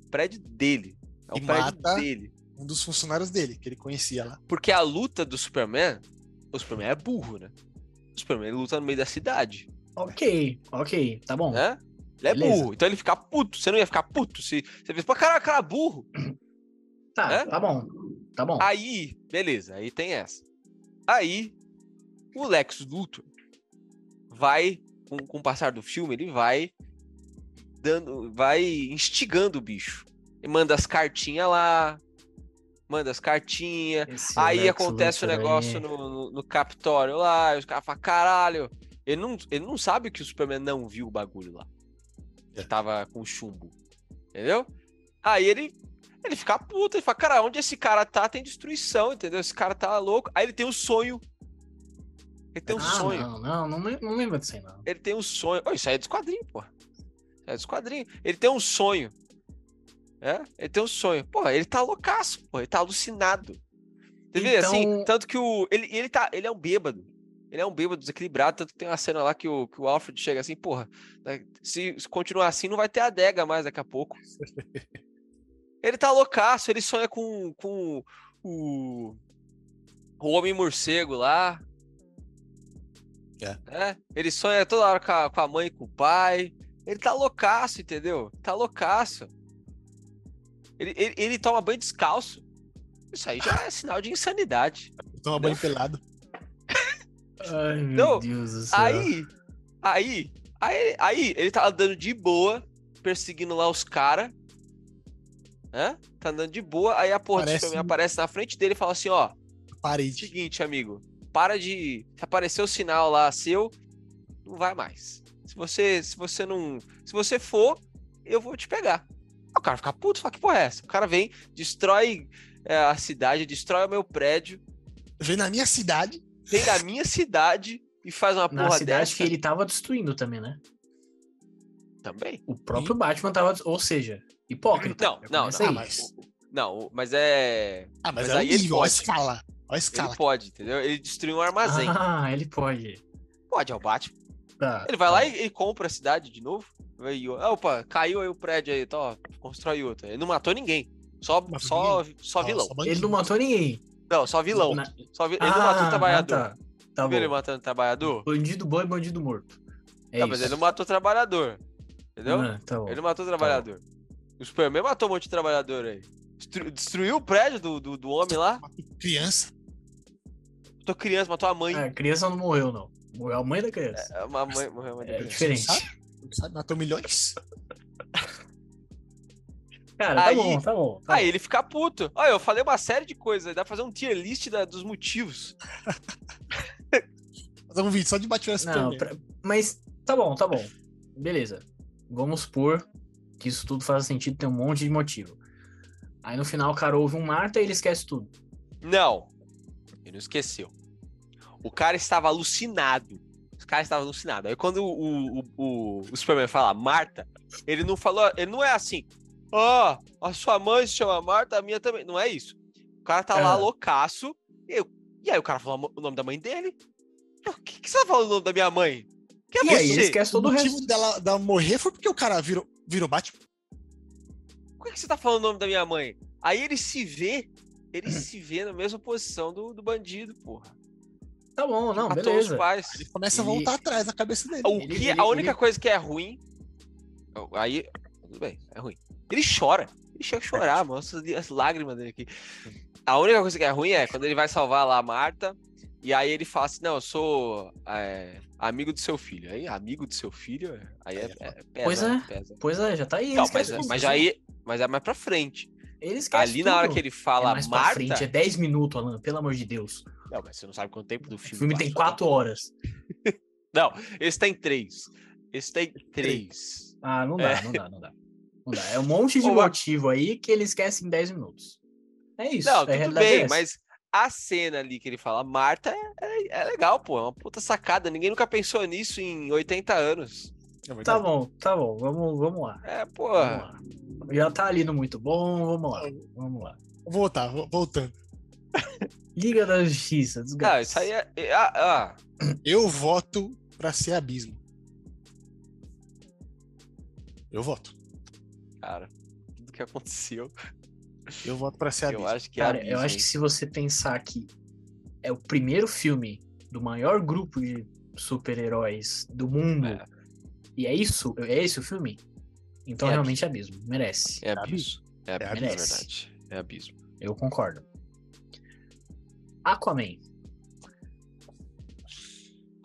[SPEAKER 1] O prédio dele. É o
[SPEAKER 3] E
[SPEAKER 1] prédio
[SPEAKER 3] mata
[SPEAKER 1] dele.
[SPEAKER 3] Um dos funcionários dele, que ele conhecia lá.
[SPEAKER 1] Porque a luta do Superman. O Superman é burro, né? O Superman luta no meio da cidade,
[SPEAKER 2] Ok, ok, tá bom.
[SPEAKER 1] né? Ele é
[SPEAKER 2] Beleza.
[SPEAKER 1] burro. Então ele fica puto. Você não ia ficar puto se você fez, pô, caraca, cara burro.
[SPEAKER 2] Tá,
[SPEAKER 1] É?
[SPEAKER 2] tá bom. Tá bom.
[SPEAKER 1] Aí, beleza, aí tem essa. Aí, o Lex Luthor vai, com, com o passar do filme, ele vai dando, vai instigando o bicho. Ele manda as cartinhas lá, manda as cartinhas,
[SPEAKER 2] Esse
[SPEAKER 1] Aí
[SPEAKER 2] Lex
[SPEAKER 1] acontece o
[SPEAKER 2] Luthor aí.
[SPEAKER 1] negócio no, no, no Capitólio lá, e os caras falam, caralho. Ele não, ele não sabe que o Superman não viu o bagulho lá.
[SPEAKER 3] É.
[SPEAKER 1] Que tava com chumbo. Entendeu? Aí ele, ele fica puto, ele fala, cara, onde esse cara tá tem destruição, entendeu? Esse cara tá louco. Aí ele tem um sonho. Ele tem um
[SPEAKER 2] ah,
[SPEAKER 1] sonho.
[SPEAKER 2] Não, não, não, lem- não lembro disso aí, não.
[SPEAKER 1] Ele tem um sonho. Oh, isso aí é dos quadrinhos, pô. Isso aí é dos quadrinhos. Ele tem um sonho. É? Ele tem um sonho. Pô, ele tá loucaço, pô. Ele tá alucinado. Você vê,
[SPEAKER 2] Então-
[SPEAKER 1] assim, tanto que o. Ele, ele, tá, ele é um bêbado. Ele é um bêbado desequilibrado, tanto que tem uma cena lá que o, que o Alfred chega assim, porra, né, se se continuar assim, não vai ter adega mais daqui a pouco. ele tá loucaço, ele sonha com, com o, o Homem Morcego lá, né? Ele sonha toda hora com a, com a mãe e com o pai. Ele tá loucaço, entendeu? Tá loucaço. Ele, ele, ele toma banho descalço. Isso aí já é sinal de insanidade.
[SPEAKER 3] Toma
[SPEAKER 1] É.
[SPEAKER 3] banho pelado.
[SPEAKER 2] Ai, meu
[SPEAKER 1] Não,
[SPEAKER 2] Deus
[SPEAKER 3] é.
[SPEAKER 2] do céu.
[SPEAKER 1] Aí, aí, aí, aí, ele tá andando de boa, perseguindo lá os caras. Né? Tá andando de boa, aí a porra
[SPEAKER 3] Parece
[SPEAKER 1] do Superman
[SPEAKER 3] um-
[SPEAKER 1] aparece na frente dele e fala assim, ó,
[SPEAKER 3] Parede.
[SPEAKER 1] seguinte, amigo, para de. Se aparecer o sinal lá seu, não vai mais. Se você, se você não. Se você for, eu vou te pegar. Aí O cara fica puto, fala que porra é essa? O cara vem, destrói é, a cidade, destrói o meu prédio,
[SPEAKER 3] Vem na minha cidade.
[SPEAKER 1] vem da minha cidade e faz uma
[SPEAKER 2] Na
[SPEAKER 1] porra
[SPEAKER 2] cidade
[SPEAKER 1] dessa
[SPEAKER 2] que ele tava destruindo também, né?
[SPEAKER 1] também.
[SPEAKER 2] O próprio Batman tava. des- Ou seja, hipócrita.
[SPEAKER 1] Não,
[SPEAKER 2] Já
[SPEAKER 1] não,
[SPEAKER 2] começa
[SPEAKER 1] não.
[SPEAKER 2] aí.
[SPEAKER 3] Ah, mas-
[SPEAKER 1] o- o- Não, o- mas é.
[SPEAKER 3] Ah, mas,
[SPEAKER 1] Mas
[SPEAKER 3] é um
[SPEAKER 1] aí ele
[SPEAKER 3] nível, olha a
[SPEAKER 1] pode.
[SPEAKER 3] escala. Olha a escala.
[SPEAKER 1] Ele é pode, entendeu? Ele destruiu um armazém.
[SPEAKER 2] Ah, ele pode.
[SPEAKER 1] Pode, é o Batman.
[SPEAKER 2] Tá.
[SPEAKER 1] Ele vai lá e, e compra a cidade de novo. Vai e- ah, opa, caiu aí o prédio aí, tá, ó, constrói outra. Ele não matou ninguém. Só,
[SPEAKER 3] Matou
[SPEAKER 1] só, só
[SPEAKER 3] Ó,
[SPEAKER 1] vilão.
[SPEAKER 3] só bandido.
[SPEAKER 2] Ele não matou ninguém.
[SPEAKER 1] Não, só vilão.
[SPEAKER 2] Na-
[SPEAKER 1] Só vi- Ele
[SPEAKER 2] Ah,
[SPEAKER 1] não matou o trabalhador.
[SPEAKER 2] Tá, tá
[SPEAKER 1] Você viu ele
[SPEAKER 2] bom.
[SPEAKER 1] matando o trabalhador?
[SPEAKER 2] Bandido bom e bandido morto. É
[SPEAKER 1] não,
[SPEAKER 2] isso.
[SPEAKER 1] mas ele não matou o trabalhador. Entendeu?
[SPEAKER 2] Ah, tá bom.
[SPEAKER 1] Ele não matou o trabalhador. O Superman matou um monte de trabalhador aí. Destru- Destruiu o prédio do, do, do homem lá.
[SPEAKER 3] é Criança.
[SPEAKER 1] Matou criança, matou a mãe.
[SPEAKER 2] Ah, a criança não morreu, não. Morreu a mãe da criança.
[SPEAKER 1] A ma- mãe morreu. a mãe da
[SPEAKER 2] É,
[SPEAKER 1] criança.
[SPEAKER 2] diferente.
[SPEAKER 3] Sabe? Sabe? Matou milhões.
[SPEAKER 2] Cara, tá
[SPEAKER 1] É. Aí-
[SPEAKER 2] bom, tá bom. tá
[SPEAKER 1] Aí ele fica puto. Olha, eu falei uma série de coisas. Dá pra fazer um tier list da- dos motivos.
[SPEAKER 3] Fazer um vídeo só de Batman
[SPEAKER 2] Não,
[SPEAKER 3] Superman.
[SPEAKER 2] pra- mas tá bom, tá bom. Beleza. Vamos supor que isso tudo faz sentido, tem um monte de motivo. Aí no final o cara ouve um Marta e ele esquece tudo.
[SPEAKER 1] Não. Ele não esqueceu. O cara estava alucinado. O cara estava alucinado. Aí quando o, o, o, o Superman fala Marta, ele não falou. Ele não é assim. Ó, a sua mãe se chama Marta, a minha também. Não é isso. O cara tá lá
[SPEAKER 2] Ah.
[SPEAKER 1] loucaço. E, eu- e aí o cara falou o nome da mãe dele. O que, que você tá falando o nome da minha mãe? Que é
[SPEAKER 2] E aí
[SPEAKER 1] você?
[SPEAKER 2] ele esquece todo
[SPEAKER 3] o
[SPEAKER 2] o
[SPEAKER 3] motivo
[SPEAKER 2] resto.
[SPEAKER 3] dela, dela morrer foi porque o cara virou, virou Batman.
[SPEAKER 1] Por que que você tá falando o nome da minha mãe? Aí ele se vê, ele se vê na mesma posição do, do bandido, porra.
[SPEAKER 2] Tá bom, não,
[SPEAKER 1] Matou os
[SPEAKER 2] beleza.
[SPEAKER 1] pais.
[SPEAKER 3] Ele começa a
[SPEAKER 2] E- Tá
[SPEAKER 3] voltar atrás na cabeça dele.
[SPEAKER 1] O
[SPEAKER 2] Ele-
[SPEAKER 1] que,
[SPEAKER 2] ele-
[SPEAKER 1] a única
[SPEAKER 2] ele-
[SPEAKER 1] coisa que é ruim. Aí. Tudo bem, é ruim. Ele chora. Ele chega a chorar, mano. As, as lágrimas dele aqui. A única coisa que é ruim é quando ele vai salvar lá a Marta. E aí ele fala assim: Não, eu sou é, amigo do seu filho. Aí, amigo do seu filho? é- Aí é, é, pesa,
[SPEAKER 2] Pois é.
[SPEAKER 1] pesa.
[SPEAKER 2] Pois é, já tá aí. Ele
[SPEAKER 1] Não, mas,
[SPEAKER 2] esquece tudo.
[SPEAKER 1] mas aí. Mas é mais pra frente.
[SPEAKER 2] Ele esquece
[SPEAKER 1] Ali na hora que ele fala
[SPEAKER 2] é mais pra
[SPEAKER 1] Marta.
[SPEAKER 2] frente, é 10 minutos, Alan, pelo amor de Deus.
[SPEAKER 1] Não, mas você não sabe quanto tempo do
[SPEAKER 2] O
[SPEAKER 1] filme.
[SPEAKER 2] filme
[SPEAKER 1] lá.
[SPEAKER 2] tem 4 horas.
[SPEAKER 1] Esse tem três. Esse tem três.
[SPEAKER 2] Ah, não dá, não dá, não dá. Não dá. É um monte de
[SPEAKER 1] É. Ô, Marco.
[SPEAKER 2] motivo aí que ele esquece em 10 minutos. É isso.
[SPEAKER 1] Não,
[SPEAKER 2] a
[SPEAKER 1] tudo
[SPEAKER 2] realidade é
[SPEAKER 1] bem,
[SPEAKER 2] essa.
[SPEAKER 1] mas a cena ali que ele fala Marta é, é- é legal, pô. É uma puta sacada. Ninguém nunca pensou nisso em 80 anos.
[SPEAKER 3] É verdade.
[SPEAKER 2] Tá bom, tá bom, vamos, vamos lá.
[SPEAKER 1] É, pô.
[SPEAKER 2] Vamos lá. Já tá ali no muito bom, vamos lá, vamos lá.
[SPEAKER 3] Vou voltar, vou- voltando.
[SPEAKER 2] Liga da Justiça, desgraça.
[SPEAKER 1] Não, isso aí é. é- ah, ah,
[SPEAKER 3] Eu voto pra ser abismo. Eu voto.
[SPEAKER 1] cara, tudo que aconteceu.
[SPEAKER 3] Eu voto pra ser
[SPEAKER 1] Eu
[SPEAKER 3] abismo.
[SPEAKER 1] acho que é.
[SPEAKER 2] Cara,
[SPEAKER 1] abismo,
[SPEAKER 2] eu acho que
[SPEAKER 1] hein?
[SPEAKER 2] se você pensar que é o primeiro filme do maior grupo de super-heróis do mundo,
[SPEAKER 1] É.
[SPEAKER 2] e é isso, é esse o filme, então
[SPEAKER 1] É
[SPEAKER 2] realmente é abismo, merece.
[SPEAKER 1] É abismo. É
[SPEAKER 3] É
[SPEAKER 1] abismo, é
[SPEAKER 2] abismo.
[SPEAKER 1] verdade. É abismo.
[SPEAKER 2] Eu concordo. Aquaman.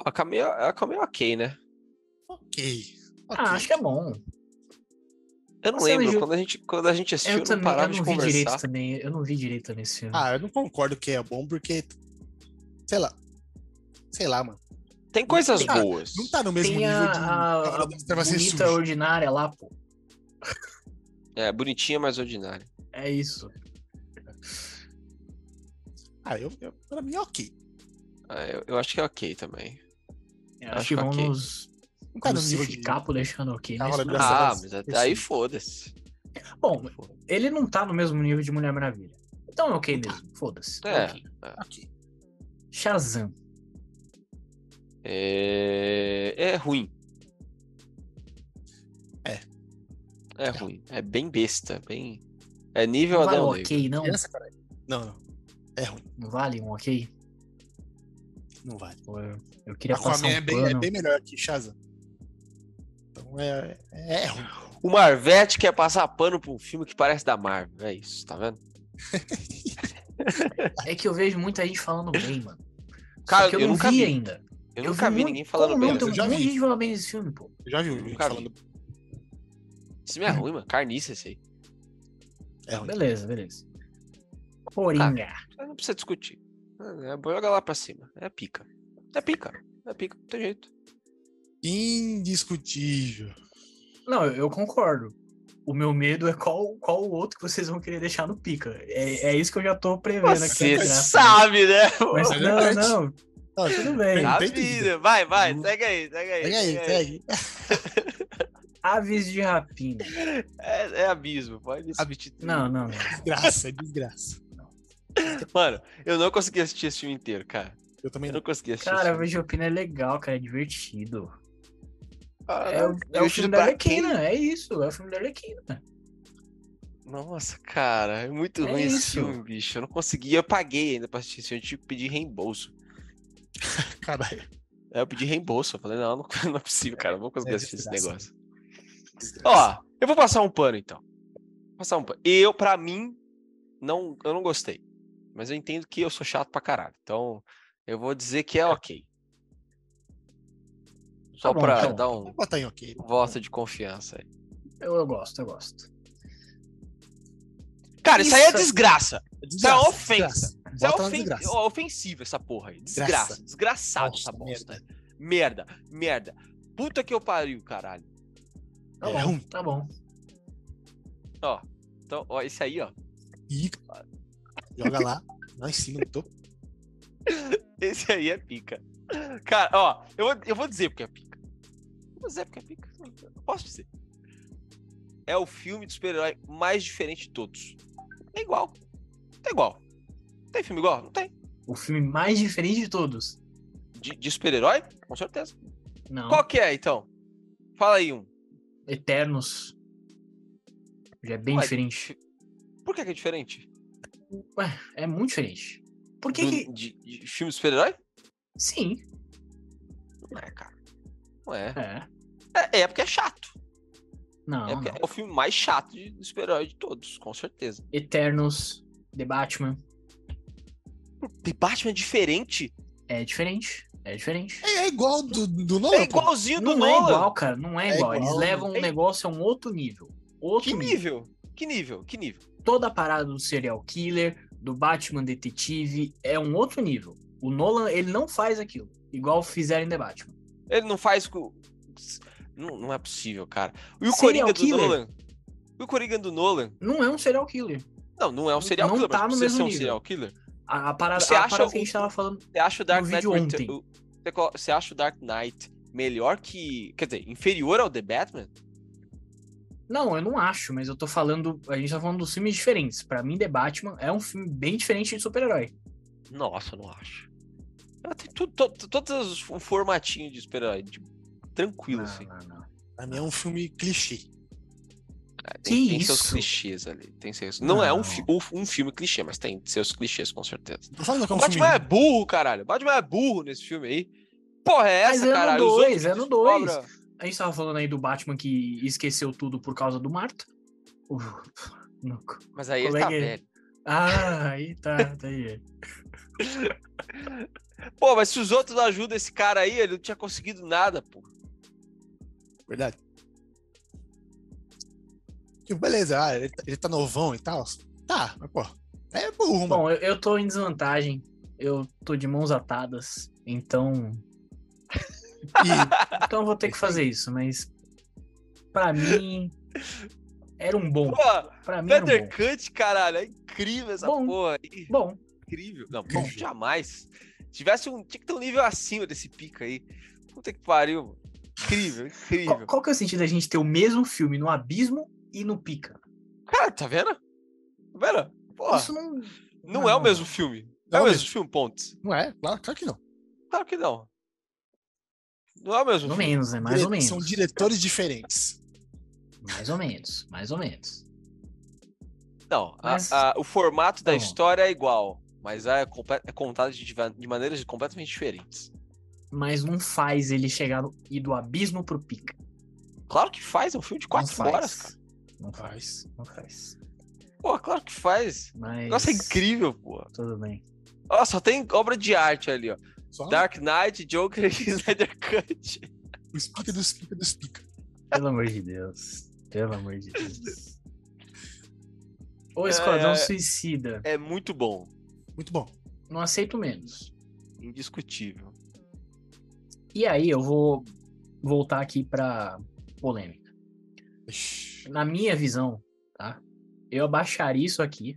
[SPEAKER 1] A caminho, a caminho ok, né?
[SPEAKER 3] Ok. ok.
[SPEAKER 2] Ah, acho que é bom.
[SPEAKER 1] Eu não
[SPEAKER 2] Você
[SPEAKER 1] lembro.
[SPEAKER 2] ju-
[SPEAKER 1] Quando a gente, quando a gente assistiu,
[SPEAKER 2] Eu
[SPEAKER 1] eu não
[SPEAKER 2] também eu
[SPEAKER 1] parava
[SPEAKER 2] não vi
[SPEAKER 1] de conversar.
[SPEAKER 2] direito também. Eu não vi direito também esse filme.
[SPEAKER 3] Ah, eu não concordo que é bom, porque. Sei lá. Sei lá, mano.
[SPEAKER 1] Tem coisas
[SPEAKER 3] Ah,
[SPEAKER 1] boas.
[SPEAKER 3] Não tá no mesmo
[SPEAKER 1] um
[SPEAKER 2] Tem a,
[SPEAKER 3] nível de
[SPEAKER 2] a,
[SPEAKER 3] Cavaleiro
[SPEAKER 2] a
[SPEAKER 3] das Trevas ser
[SPEAKER 2] bonita
[SPEAKER 3] sujo.
[SPEAKER 2] ordinária lá, pô.
[SPEAKER 1] É, bonitinha, mas ordinária.
[SPEAKER 2] É isso.
[SPEAKER 3] Ah, eu, eu, pra mim é ok.
[SPEAKER 1] Ah, eu, eu acho que é ok também.
[SPEAKER 2] Eu
[SPEAKER 1] É, Acho
[SPEAKER 2] acho que vão
[SPEAKER 1] ok.
[SPEAKER 2] nos,
[SPEAKER 3] Não tá no
[SPEAKER 2] nos
[SPEAKER 3] nível Tá
[SPEAKER 2] de
[SPEAKER 3] de
[SPEAKER 2] capo deixando ok. mas-
[SPEAKER 3] Cavaleiro das
[SPEAKER 1] Ah,
[SPEAKER 3] Trevas
[SPEAKER 1] mas
[SPEAKER 3] ser
[SPEAKER 1] até aí
[SPEAKER 3] sujo.
[SPEAKER 1] foda-se.
[SPEAKER 2] Bom, ele não tá no mesmo nível de Mulher Maravilha. Então é ok mesmo, foda-se.
[SPEAKER 1] tá. É.
[SPEAKER 2] ok.
[SPEAKER 3] Ok.
[SPEAKER 2] Shazam.
[SPEAKER 1] É, é ruim.
[SPEAKER 3] É.
[SPEAKER 1] É ruim. É bem besta, bem. É nível
[SPEAKER 2] Não vale
[SPEAKER 1] Adão
[SPEAKER 2] um
[SPEAKER 1] Negro.
[SPEAKER 2] ok, não?
[SPEAKER 3] Criança, caralho. Não, não. É ruim.
[SPEAKER 2] Não vale um ok?
[SPEAKER 3] Não vale.
[SPEAKER 2] Pô, Eu, eu queria passar
[SPEAKER 3] Aquaman
[SPEAKER 2] um
[SPEAKER 3] é bem, é
[SPEAKER 2] pano.
[SPEAKER 3] bem melhor que Shazam. Então é, é, é ruim.
[SPEAKER 1] O Marvete quer passar pano pra um filme que parece da Marvel. É isso, tá vendo?
[SPEAKER 2] É que eu vejo muita gente falando bem, mano.
[SPEAKER 1] Cara,
[SPEAKER 2] Só que eu,
[SPEAKER 1] eu
[SPEAKER 2] não
[SPEAKER 1] nunca
[SPEAKER 2] vi,
[SPEAKER 1] vi.
[SPEAKER 2] ainda.
[SPEAKER 1] Eu, nunca vi
[SPEAKER 2] muito-
[SPEAKER 1] ninguém falando
[SPEAKER 2] como
[SPEAKER 1] bem.
[SPEAKER 2] Não,
[SPEAKER 1] dessa-
[SPEAKER 3] Eu já
[SPEAKER 2] muita
[SPEAKER 3] vi.
[SPEAKER 2] gente fala bem desse filme, pô.
[SPEAKER 3] Eu já vi gente
[SPEAKER 1] Nunca vi.
[SPEAKER 3] falando.
[SPEAKER 1] Esse filme é ruim, mano. Carniça esse aí.
[SPEAKER 3] É ruim.
[SPEAKER 2] Beleza, beleza. é. Coringa.
[SPEAKER 1] Não precisa discutir. É é bom jogar lá pra cima. É pica. É pica. É pica. Não tem jeito.
[SPEAKER 3] Indiscutível.
[SPEAKER 2] Não, eu, eu concordo. O meu medo é qual, qual o outro que vocês vão querer deixar no pica. É, é isso que tá eu já tô prevendo aqui.
[SPEAKER 1] Você
[SPEAKER 2] na graça.
[SPEAKER 1] sabe, né?
[SPEAKER 2] Mas
[SPEAKER 3] Mas é
[SPEAKER 2] não,
[SPEAKER 3] verdade.
[SPEAKER 2] não,
[SPEAKER 3] Não,
[SPEAKER 2] tudo bem.
[SPEAKER 3] Tá.
[SPEAKER 1] A
[SPEAKER 3] tem dúvida.
[SPEAKER 1] vida. Vai, vai.
[SPEAKER 2] Não.
[SPEAKER 1] Segue aí, segue aí. É,
[SPEAKER 3] Pega aí,
[SPEAKER 1] segue aí.
[SPEAKER 3] pega aí. É
[SPEAKER 2] Aves de rapina.
[SPEAKER 1] É, é abismo, pode assistir.
[SPEAKER 2] Não, não, não.
[SPEAKER 3] Desgraça, é desgraça.
[SPEAKER 1] Mano, eu não consegui assistir esse filme inteiro, cara.
[SPEAKER 3] Eu também
[SPEAKER 1] Eu
[SPEAKER 3] não.
[SPEAKER 1] não consegui assistir.
[SPEAKER 2] Cara,
[SPEAKER 1] esse filme.
[SPEAKER 2] Aves de rapina é legal, cara, é divertido.
[SPEAKER 1] Ah,
[SPEAKER 2] É, o- é o filme
[SPEAKER 1] divertido
[SPEAKER 2] da
[SPEAKER 1] pra
[SPEAKER 2] Arlequina, é isso, é o filme da Arlequina.
[SPEAKER 1] Nossa, cara, é muito
[SPEAKER 2] É
[SPEAKER 1] ruim esse
[SPEAKER 2] isso.
[SPEAKER 1] filme, bicho. Eu não consegui, eu paguei ainda pra assistir esse filme. Eu tive que pedir reembolso.
[SPEAKER 3] Caralho.
[SPEAKER 1] Aí eu pedi reembolso. Eu falei, não, não, não é possível, cara. Eu não vou conseguir
[SPEAKER 3] É
[SPEAKER 1] assistir esse
[SPEAKER 3] desgraça.
[SPEAKER 1] negócio. Ó, eu vou passar um pano então. Vou passar um pano. Eu, pra mim, não, eu não gostei. Mas eu entendo que eu sou chato pra caralho. Então, eu vou dizer que é ok. Só
[SPEAKER 2] bom,
[SPEAKER 1] pra
[SPEAKER 2] tá bom.
[SPEAKER 1] dar um
[SPEAKER 3] Vou botar em ok.
[SPEAKER 1] voto de confiança aí.
[SPEAKER 2] Eu, eu gosto, eu gosto.
[SPEAKER 1] Cara, isso, aí é
[SPEAKER 2] Isso.
[SPEAKER 1] desgraça. Isso é
[SPEAKER 3] Desgraça,
[SPEAKER 1] ofensa.
[SPEAKER 3] desgraça.
[SPEAKER 1] Isso é
[SPEAKER 3] Bota na
[SPEAKER 1] ofen-
[SPEAKER 3] desgraça.
[SPEAKER 1] ó, ofensivo essa porra aí. Desgraça.
[SPEAKER 3] Desgraça.
[SPEAKER 1] Desgraçado essa
[SPEAKER 3] Nossa,
[SPEAKER 1] bosta. Merda. merda, Puta que eu pariu, caralho.
[SPEAKER 2] Tá
[SPEAKER 3] É
[SPEAKER 2] bom,
[SPEAKER 3] um.
[SPEAKER 2] tá bom.
[SPEAKER 1] Então, ó, esse aí, ó.
[SPEAKER 3] e joga lá, lá em cima, no topo.
[SPEAKER 1] Esse aí é pica. Cara, ó, eu, vou- eu vou dizer porque é pica. Eu Vou dizer porque é pica. Eu posso dizer. É o filme de super-herói mais diferente de todos. É igual. É igual. Tem filme igual? Não tem.
[SPEAKER 2] O filme mais diferente de todos.
[SPEAKER 1] De, de super-herói? Com certeza.
[SPEAKER 2] Não.
[SPEAKER 1] Qual que é, então? Fala aí um.
[SPEAKER 2] Eternos. Já é bem
[SPEAKER 1] Ué,
[SPEAKER 2] diferente.
[SPEAKER 1] Por que, que é diferente?
[SPEAKER 2] É muito diferente. Por que
[SPEAKER 1] Do-
[SPEAKER 2] que...
[SPEAKER 1] de, de filme de super-herói?
[SPEAKER 2] Sim,
[SPEAKER 1] Não é, cara. Não é.
[SPEAKER 2] é.
[SPEAKER 1] É, é porque é chato.
[SPEAKER 2] Não,
[SPEAKER 1] é, porque
[SPEAKER 2] não.
[SPEAKER 1] é o filme mais chato de, de super-herói de todos, com certeza.
[SPEAKER 2] Eternos, The Batman,
[SPEAKER 1] The Batman é diferente.
[SPEAKER 2] é diferente. É diferente.
[SPEAKER 3] É, é igual do, do Nolan.
[SPEAKER 1] É igualzinho do
[SPEAKER 2] Não é
[SPEAKER 1] Nolan.
[SPEAKER 2] igual, cara. Não é,
[SPEAKER 3] É
[SPEAKER 2] igual. Eles
[SPEAKER 3] igual,
[SPEAKER 2] levam
[SPEAKER 1] é-
[SPEAKER 2] um negócio a um outro nível. Outro
[SPEAKER 1] Que
[SPEAKER 2] nível.
[SPEAKER 1] nível? Que nível? Que nível?
[SPEAKER 2] Toda a parada do serial killer, do Batman detetive, é um outro nível. O Nolan, ele não faz aquilo. Igual fizeram em The Batman.
[SPEAKER 1] Ele não faz com. Não, não é possível, cara. E o
[SPEAKER 2] Serial
[SPEAKER 1] Coringa do
[SPEAKER 2] killer.
[SPEAKER 1] Nolan? E o Coringa do Nolan?
[SPEAKER 2] Não é um serial killer.
[SPEAKER 1] Não, não é um serial
[SPEAKER 2] Não
[SPEAKER 1] killer,
[SPEAKER 2] tá
[SPEAKER 1] mas
[SPEAKER 2] no
[SPEAKER 1] precisa
[SPEAKER 2] mesmo
[SPEAKER 1] ser um
[SPEAKER 2] nível.
[SPEAKER 1] serial killer.
[SPEAKER 2] A, a parada,
[SPEAKER 1] Você
[SPEAKER 2] a
[SPEAKER 1] acha
[SPEAKER 2] parada que a
[SPEAKER 1] o-
[SPEAKER 2] gente tava falando.
[SPEAKER 1] Você acha o Dark
[SPEAKER 2] No
[SPEAKER 1] Knight
[SPEAKER 2] vídeo
[SPEAKER 1] Return-
[SPEAKER 2] ontem.
[SPEAKER 1] o- você colo- Você acha o Dark Knight melhor que. Quer dizer, inferior ao The Batman?
[SPEAKER 2] Não, eu não acho, mas eu tô falando. A gente tá falando dos filmes diferentes. Pra mim, The Batman é um filme bem diferente de super-herói.
[SPEAKER 1] Nossa, eu não acho. Ela tem tudo, to- todos os um formatinho de super-herói. de- Tranquilo, assim.
[SPEAKER 2] não, não.
[SPEAKER 3] Pra mim é um filme clichê.
[SPEAKER 1] Tem,
[SPEAKER 2] Que
[SPEAKER 1] tem seus
[SPEAKER 2] isso?
[SPEAKER 1] clichês ali. Tem seus... Não, é um,
[SPEAKER 2] Não.
[SPEAKER 1] fi- um, um filme clichê, mas tem seus clichês, com certeza.
[SPEAKER 3] Não fala que é
[SPEAKER 2] Então,
[SPEAKER 1] O
[SPEAKER 3] um
[SPEAKER 1] Batman é
[SPEAKER 3] filme.
[SPEAKER 1] burro, caralho. O Batman é burro nesse filme aí. Porra, é
[SPEAKER 2] Mas
[SPEAKER 1] essa,
[SPEAKER 2] é no
[SPEAKER 1] caralho? Os
[SPEAKER 2] dois,
[SPEAKER 1] outros
[SPEAKER 2] é no
[SPEAKER 1] descobrem-
[SPEAKER 2] dois. A gente tava falando aí do Batman que esqueceu tudo por causa do Marto. Uf, não.
[SPEAKER 1] Mas aí ele
[SPEAKER 2] Como é
[SPEAKER 1] tá
[SPEAKER 2] que-
[SPEAKER 1] velho.
[SPEAKER 2] Ah, aí tá, tá aí.
[SPEAKER 1] Pô, mas se os outros ajudam esse cara aí, ele não tinha conseguido nada, pô.
[SPEAKER 3] Verdade. Tipo, beleza, ah, ele, tá- ele tá novão e tal. Tá, mas pô. É burro, mano.
[SPEAKER 2] Bom, eu, eu tô em desvantagem. Eu tô de mãos atadas. Então.
[SPEAKER 3] E
[SPEAKER 2] Então eu vou ter que fazer isso, mas. Pra mim. Era um bom.
[SPEAKER 1] Pô,
[SPEAKER 2] Pra mim era um bom.
[SPEAKER 1] Thundercut, caralho. É incrível essa
[SPEAKER 2] Bom.
[SPEAKER 1] porra. aí.
[SPEAKER 2] Bom,
[SPEAKER 1] Incrível. Não, bom,
[SPEAKER 3] Incrível.
[SPEAKER 1] jamais. Tivesse um. Tinha que ter um nível acima desse pica aí. Puta que pariu, mano. Incrível, incrível.
[SPEAKER 2] qual, qual que é o sentido da gente ter o mesmo filme no Abismo e no Pica?
[SPEAKER 1] Cara, tá vendo? Tá vendo? Porra,
[SPEAKER 2] Isso não.
[SPEAKER 1] não,
[SPEAKER 2] não,
[SPEAKER 1] é o
[SPEAKER 2] não.
[SPEAKER 1] mesmo filme. é
[SPEAKER 3] Não é
[SPEAKER 1] o
[SPEAKER 3] o
[SPEAKER 1] mesmo filme, pontos.
[SPEAKER 3] não é, claro, claro que não.
[SPEAKER 1] Claro que não. Não é o mesmo
[SPEAKER 2] Mais ou
[SPEAKER 1] filme.
[SPEAKER 2] menos, né? Mais ou
[SPEAKER 3] Dire- São
[SPEAKER 2] menos.
[SPEAKER 3] diretores diferentes.
[SPEAKER 2] Mais ou menos, mais ou menos.
[SPEAKER 1] Não, a-
[SPEAKER 2] Mas-
[SPEAKER 1] a- o formato da
[SPEAKER 2] Não.
[SPEAKER 1] história é igual, mas é, comple- é contado de, diva- de maneiras completamente diferentes.
[SPEAKER 2] mas não faz ele chegar no, e do abismo pro pica.
[SPEAKER 1] Claro que faz, é um filme de quatro
[SPEAKER 2] não faz.
[SPEAKER 1] horas, cara.
[SPEAKER 2] Não faz, não faz.
[SPEAKER 1] Pô, claro que faz.
[SPEAKER 2] Mas.
[SPEAKER 1] Nossa, é incrível, pô.
[SPEAKER 2] Tudo bem.
[SPEAKER 1] Ó, só tem obra de arte ali, ó.
[SPEAKER 3] Só
[SPEAKER 1] Dark Knight, Joker e Snyder Cut.
[SPEAKER 3] os pica dos pica dos pica.
[SPEAKER 2] Pelo amor de Deus. Pelo amor de Deus. O
[SPEAKER 1] É,
[SPEAKER 2] Esquadrão
[SPEAKER 1] é.
[SPEAKER 2] Suicida.
[SPEAKER 1] É muito bom,
[SPEAKER 3] Muito bom.
[SPEAKER 2] Não aceito menos.
[SPEAKER 1] indiscutível.
[SPEAKER 2] E aí eu vou voltar aqui pra polêmica.
[SPEAKER 3] Ixi,
[SPEAKER 2] Na minha visão, tá? Eu abaixaria isso aqui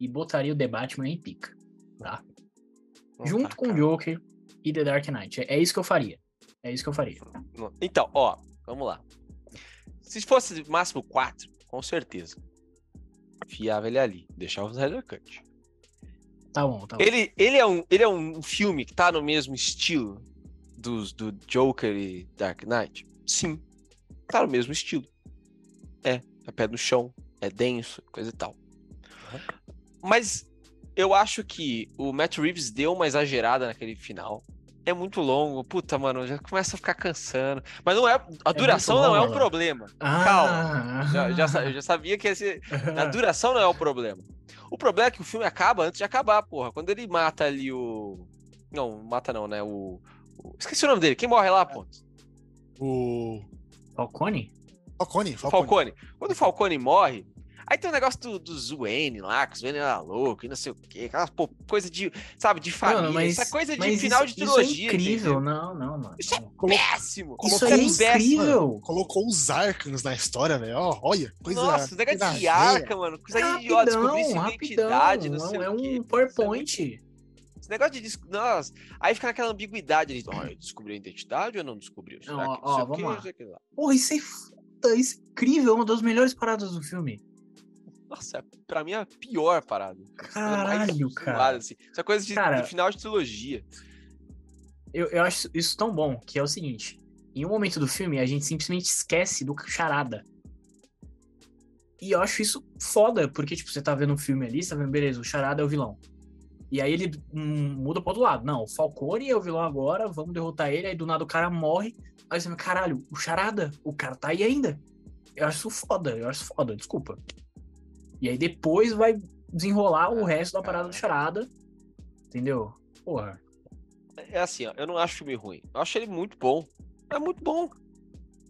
[SPEAKER 2] e botaria o The Batman em pica.
[SPEAKER 1] Não
[SPEAKER 2] junto
[SPEAKER 1] tá,
[SPEAKER 2] com o
[SPEAKER 1] cara.
[SPEAKER 2] Joker e The Dark Knight. É, é isso que eu faria. É isso que eu faria.
[SPEAKER 1] Não. Então, ó, vamos lá. Se fosse máximo 4, com certeza. Fiava ele ali, deixava o Snyder Cut.
[SPEAKER 2] Tá bom, tá bom.
[SPEAKER 1] Ele, ele, é um, ele é um filme que tá no mesmo estilo dos, do Joker e Dark Knight? Sim. Tá no mesmo estilo. É, é pé no chão, é denso, coisa e tal.
[SPEAKER 2] Uhum.
[SPEAKER 1] Mas eu acho que o Matt Reeves deu uma exagerada naquele final. É muito longo, puta, mano, já começa a ficar cansando. Mas não é. A duração
[SPEAKER 2] muito
[SPEAKER 1] não é um
[SPEAKER 2] longo, né?
[SPEAKER 1] problema.
[SPEAKER 2] Ah,
[SPEAKER 1] calma. Já, já sa- eu já sabia que esse, a duração não é o problema. O problema é que o filme acaba antes de acabar, porra. Quando ele mata ali o. Não, mata não, né? O. o- Esqueci o nome dele. Quem morre lá, pô?
[SPEAKER 3] O
[SPEAKER 2] Falcone?
[SPEAKER 3] Falcone, Falcone.
[SPEAKER 1] Falcone. Quando o Falcone morre, Aí tem o negócio do, do Zwayne lá, que o Zwayne era louco e não sei o quê. Aquela pô, coisa de, sabe, de família.
[SPEAKER 2] Mano, mas-
[SPEAKER 1] essa coisa de
[SPEAKER 2] mas
[SPEAKER 1] final
[SPEAKER 2] isso-
[SPEAKER 1] de trilogia.
[SPEAKER 2] Isso é incrível,
[SPEAKER 1] entendeu?
[SPEAKER 2] não, não, mano.
[SPEAKER 1] Isso é
[SPEAKER 2] Não.
[SPEAKER 1] Péssimo.
[SPEAKER 2] Isso
[SPEAKER 1] Colocando
[SPEAKER 2] é
[SPEAKER 1] péssimo.
[SPEAKER 2] incrível.
[SPEAKER 3] Colocou os Arkans na história, velho. Ó, olha, coisa.
[SPEAKER 1] Nossa, negócio
[SPEAKER 3] coisa
[SPEAKER 1] de
[SPEAKER 3] feia.
[SPEAKER 1] arca, mano. Coisa idiota. Descobrir
[SPEAKER 2] Rapidão,
[SPEAKER 1] sua
[SPEAKER 2] rapidão.
[SPEAKER 1] identidade, não sei
[SPEAKER 2] É
[SPEAKER 1] o quê.
[SPEAKER 2] um PowerPoint.
[SPEAKER 1] Esse negócio de. dis- Nossa. Aí fica naquela ambiguidade ali. Ó, eu descobri a identidade ou não descobriu? Será
[SPEAKER 2] Ó,
[SPEAKER 1] que
[SPEAKER 2] ó,
[SPEAKER 1] sei o
[SPEAKER 2] vamos
[SPEAKER 1] quê,
[SPEAKER 2] lá.
[SPEAKER 1] sei o quê lá.
[SPEAKER 2] Porra, isso é foda, isso é incrível. Uma das melhores paradas do filme.
[SPEAKER 1] Nossa, pra mim é a pior parada. Coisa é mais
[SPEAKER 2] Caralho,
[SPEAKER 1] zoada,
[SPEAKER 2] cara.
[SPEAKER 1] assim. Essa coisa de,
[SPEAKER 2] Cara-
[SPEAKER 1] de final de trilogia.
[SPEAKER 2] Eu, eu acho isso tão bom, que é o seguinte. Em um momento do filme, a gente simplesmente esquece do charada. E eu acho isso foda, porque, tipo, você tá vendo um filme ali, você tá vendo, beleza, o charada é o vilão. E aí ele hum, muda pro outro lado. Não, o Falcone é o vilão agora, vamos derrotar ele. Aí do nada o cara morre. Aí você fala, caralho, o charada, o cara tá aí ainda. Eu acho isso foda, eu acho isso foda, desculpa. E aí depois vai desenrolar o resto da parada do charada. Entendeu? Porra.
[SPEAKER 1] É assim, ó, eu não acho o filme ruim. Eu acho ele muito bom. É muito bom.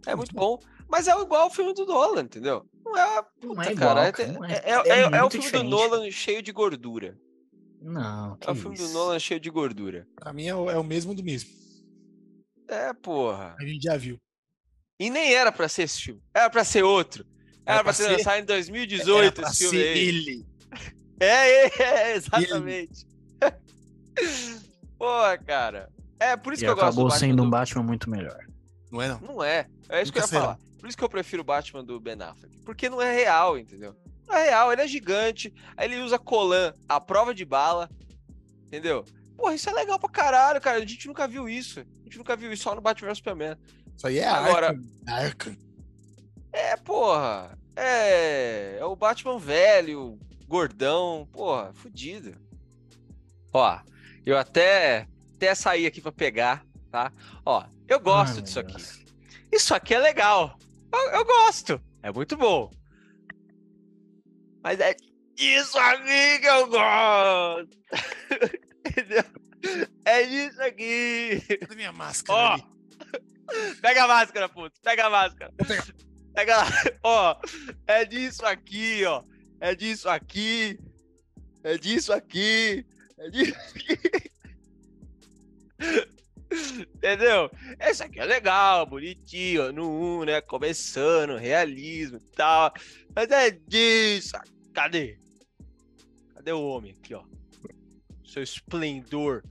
[SPEAKER 1] É muito bom. Mas é igual o filme do Nolan, entendeu? Não é.
[SPEAKER 2] Não
[SPEAKER 1] Puta,
[SPEAKER 2] é igual,
[SPEAKER 1] cara. é-
[SPEAKER 2] cara, não é.
[SPEAKER 1] é- é-
[SPEAKER 2] É
[SPEAKER 1] é- é o
[SPEAKER 2] muito
[SPEAKER 1] filme do
[SPEAKER 2] diferente,
[SPEAKER 1] Nolan cheio de gordura.
[SPEAKER 2] Não, que
[SPEAKER 1] É o filme
[SPEAKER 2] isso.
[SPEAKER 1] do Nolan cheio de gordura.
[SPEAKER 3] Pra mim é o, é o mesmo do mesmo.
[SPEAKER 1] É, porra.
[SPEAKER 3] A gente já viu.
[SPEAKER 1] E nem era pra ser esse filme. Era pra ser outro. Era, pra ser lançado em
[SPEAKER 3] Era
[SPEAKER 1] 2018
[SPEAKER 3] pra
[SPEAKER 1] esse filme
[SPEAKER 3] ser
[SPEAKER 1] aí.
[SPEAKER 3] ele.
[SPEAKER 1] É, é, é, exatamente. Porra, cara. É, por isso
[SPEAKER 2] E
[SPEAKER 1] que eu gosto
[SPEAKER 2] acabou
[SPEAKER 1] Batman
[SPEAKER 2] sendo
[SPEAKER 1] do-
[SPEAKER 2] um Batman muito melhor.
[SPEAKER 3] Não é, não?
[SPEAKER 1] Não é. É isso que eu ia
[SPEAKER 3] Nunca será.
[SPEAKER 1] falar. Por isso que eu prefiro o Batman do Ben Affleck. Porque não é real, entendeu? Não é real, ele é gigante. Aí ele usa colan à prova de bala. Entendeu? Porra, isso é legal pra caralho, cara. A gente nunca viu isso. A gente nunca viu isso só no Batman vs Superman.
[SPEAKER 3] Isso aí é
[SPEAKER 1] Agora-
[SPEAKER 3] Arkham. Arkham.
[SPEAKER 1] É, porra. É. É o Batman velho, gordão, porra, fudido. Ó, eu até, até saí aqui pra pegar, tá? Ó, eu gosto
[SPEAKER 2] Ai,
[SPEAKER 1] disso
[SPEAKER 2] meu
[SPEAKER 1] aqui.
[SPEAKER 2] Deus.
[SPEAKER 1] Isso aqui é legal. Eu, eu gosto. É muito bom. Mas é isso aqui que eu gosto. Entendeu? É isso aqui.
[SPEAKER 3] Cadê minha máscara?
[SPEAKER 1] Ó.
[SPEAKER 3] ali?
[SPEAKER 1] Pega a máscara, puto. Pega a máscara.
[SPEAKER 3] Vou pegar.
[SPEAKER 1] Pega lá. Ó, é disso aqui, ó. É disso aqui. É disso aqui. É disso aqui. Entendeu? Esse aqui é legal, bonitinho, no 1, né? Começando, realismo e tal. Mas é disso. Cadê? Cadê o homem aqui, ó? Seu esplendor.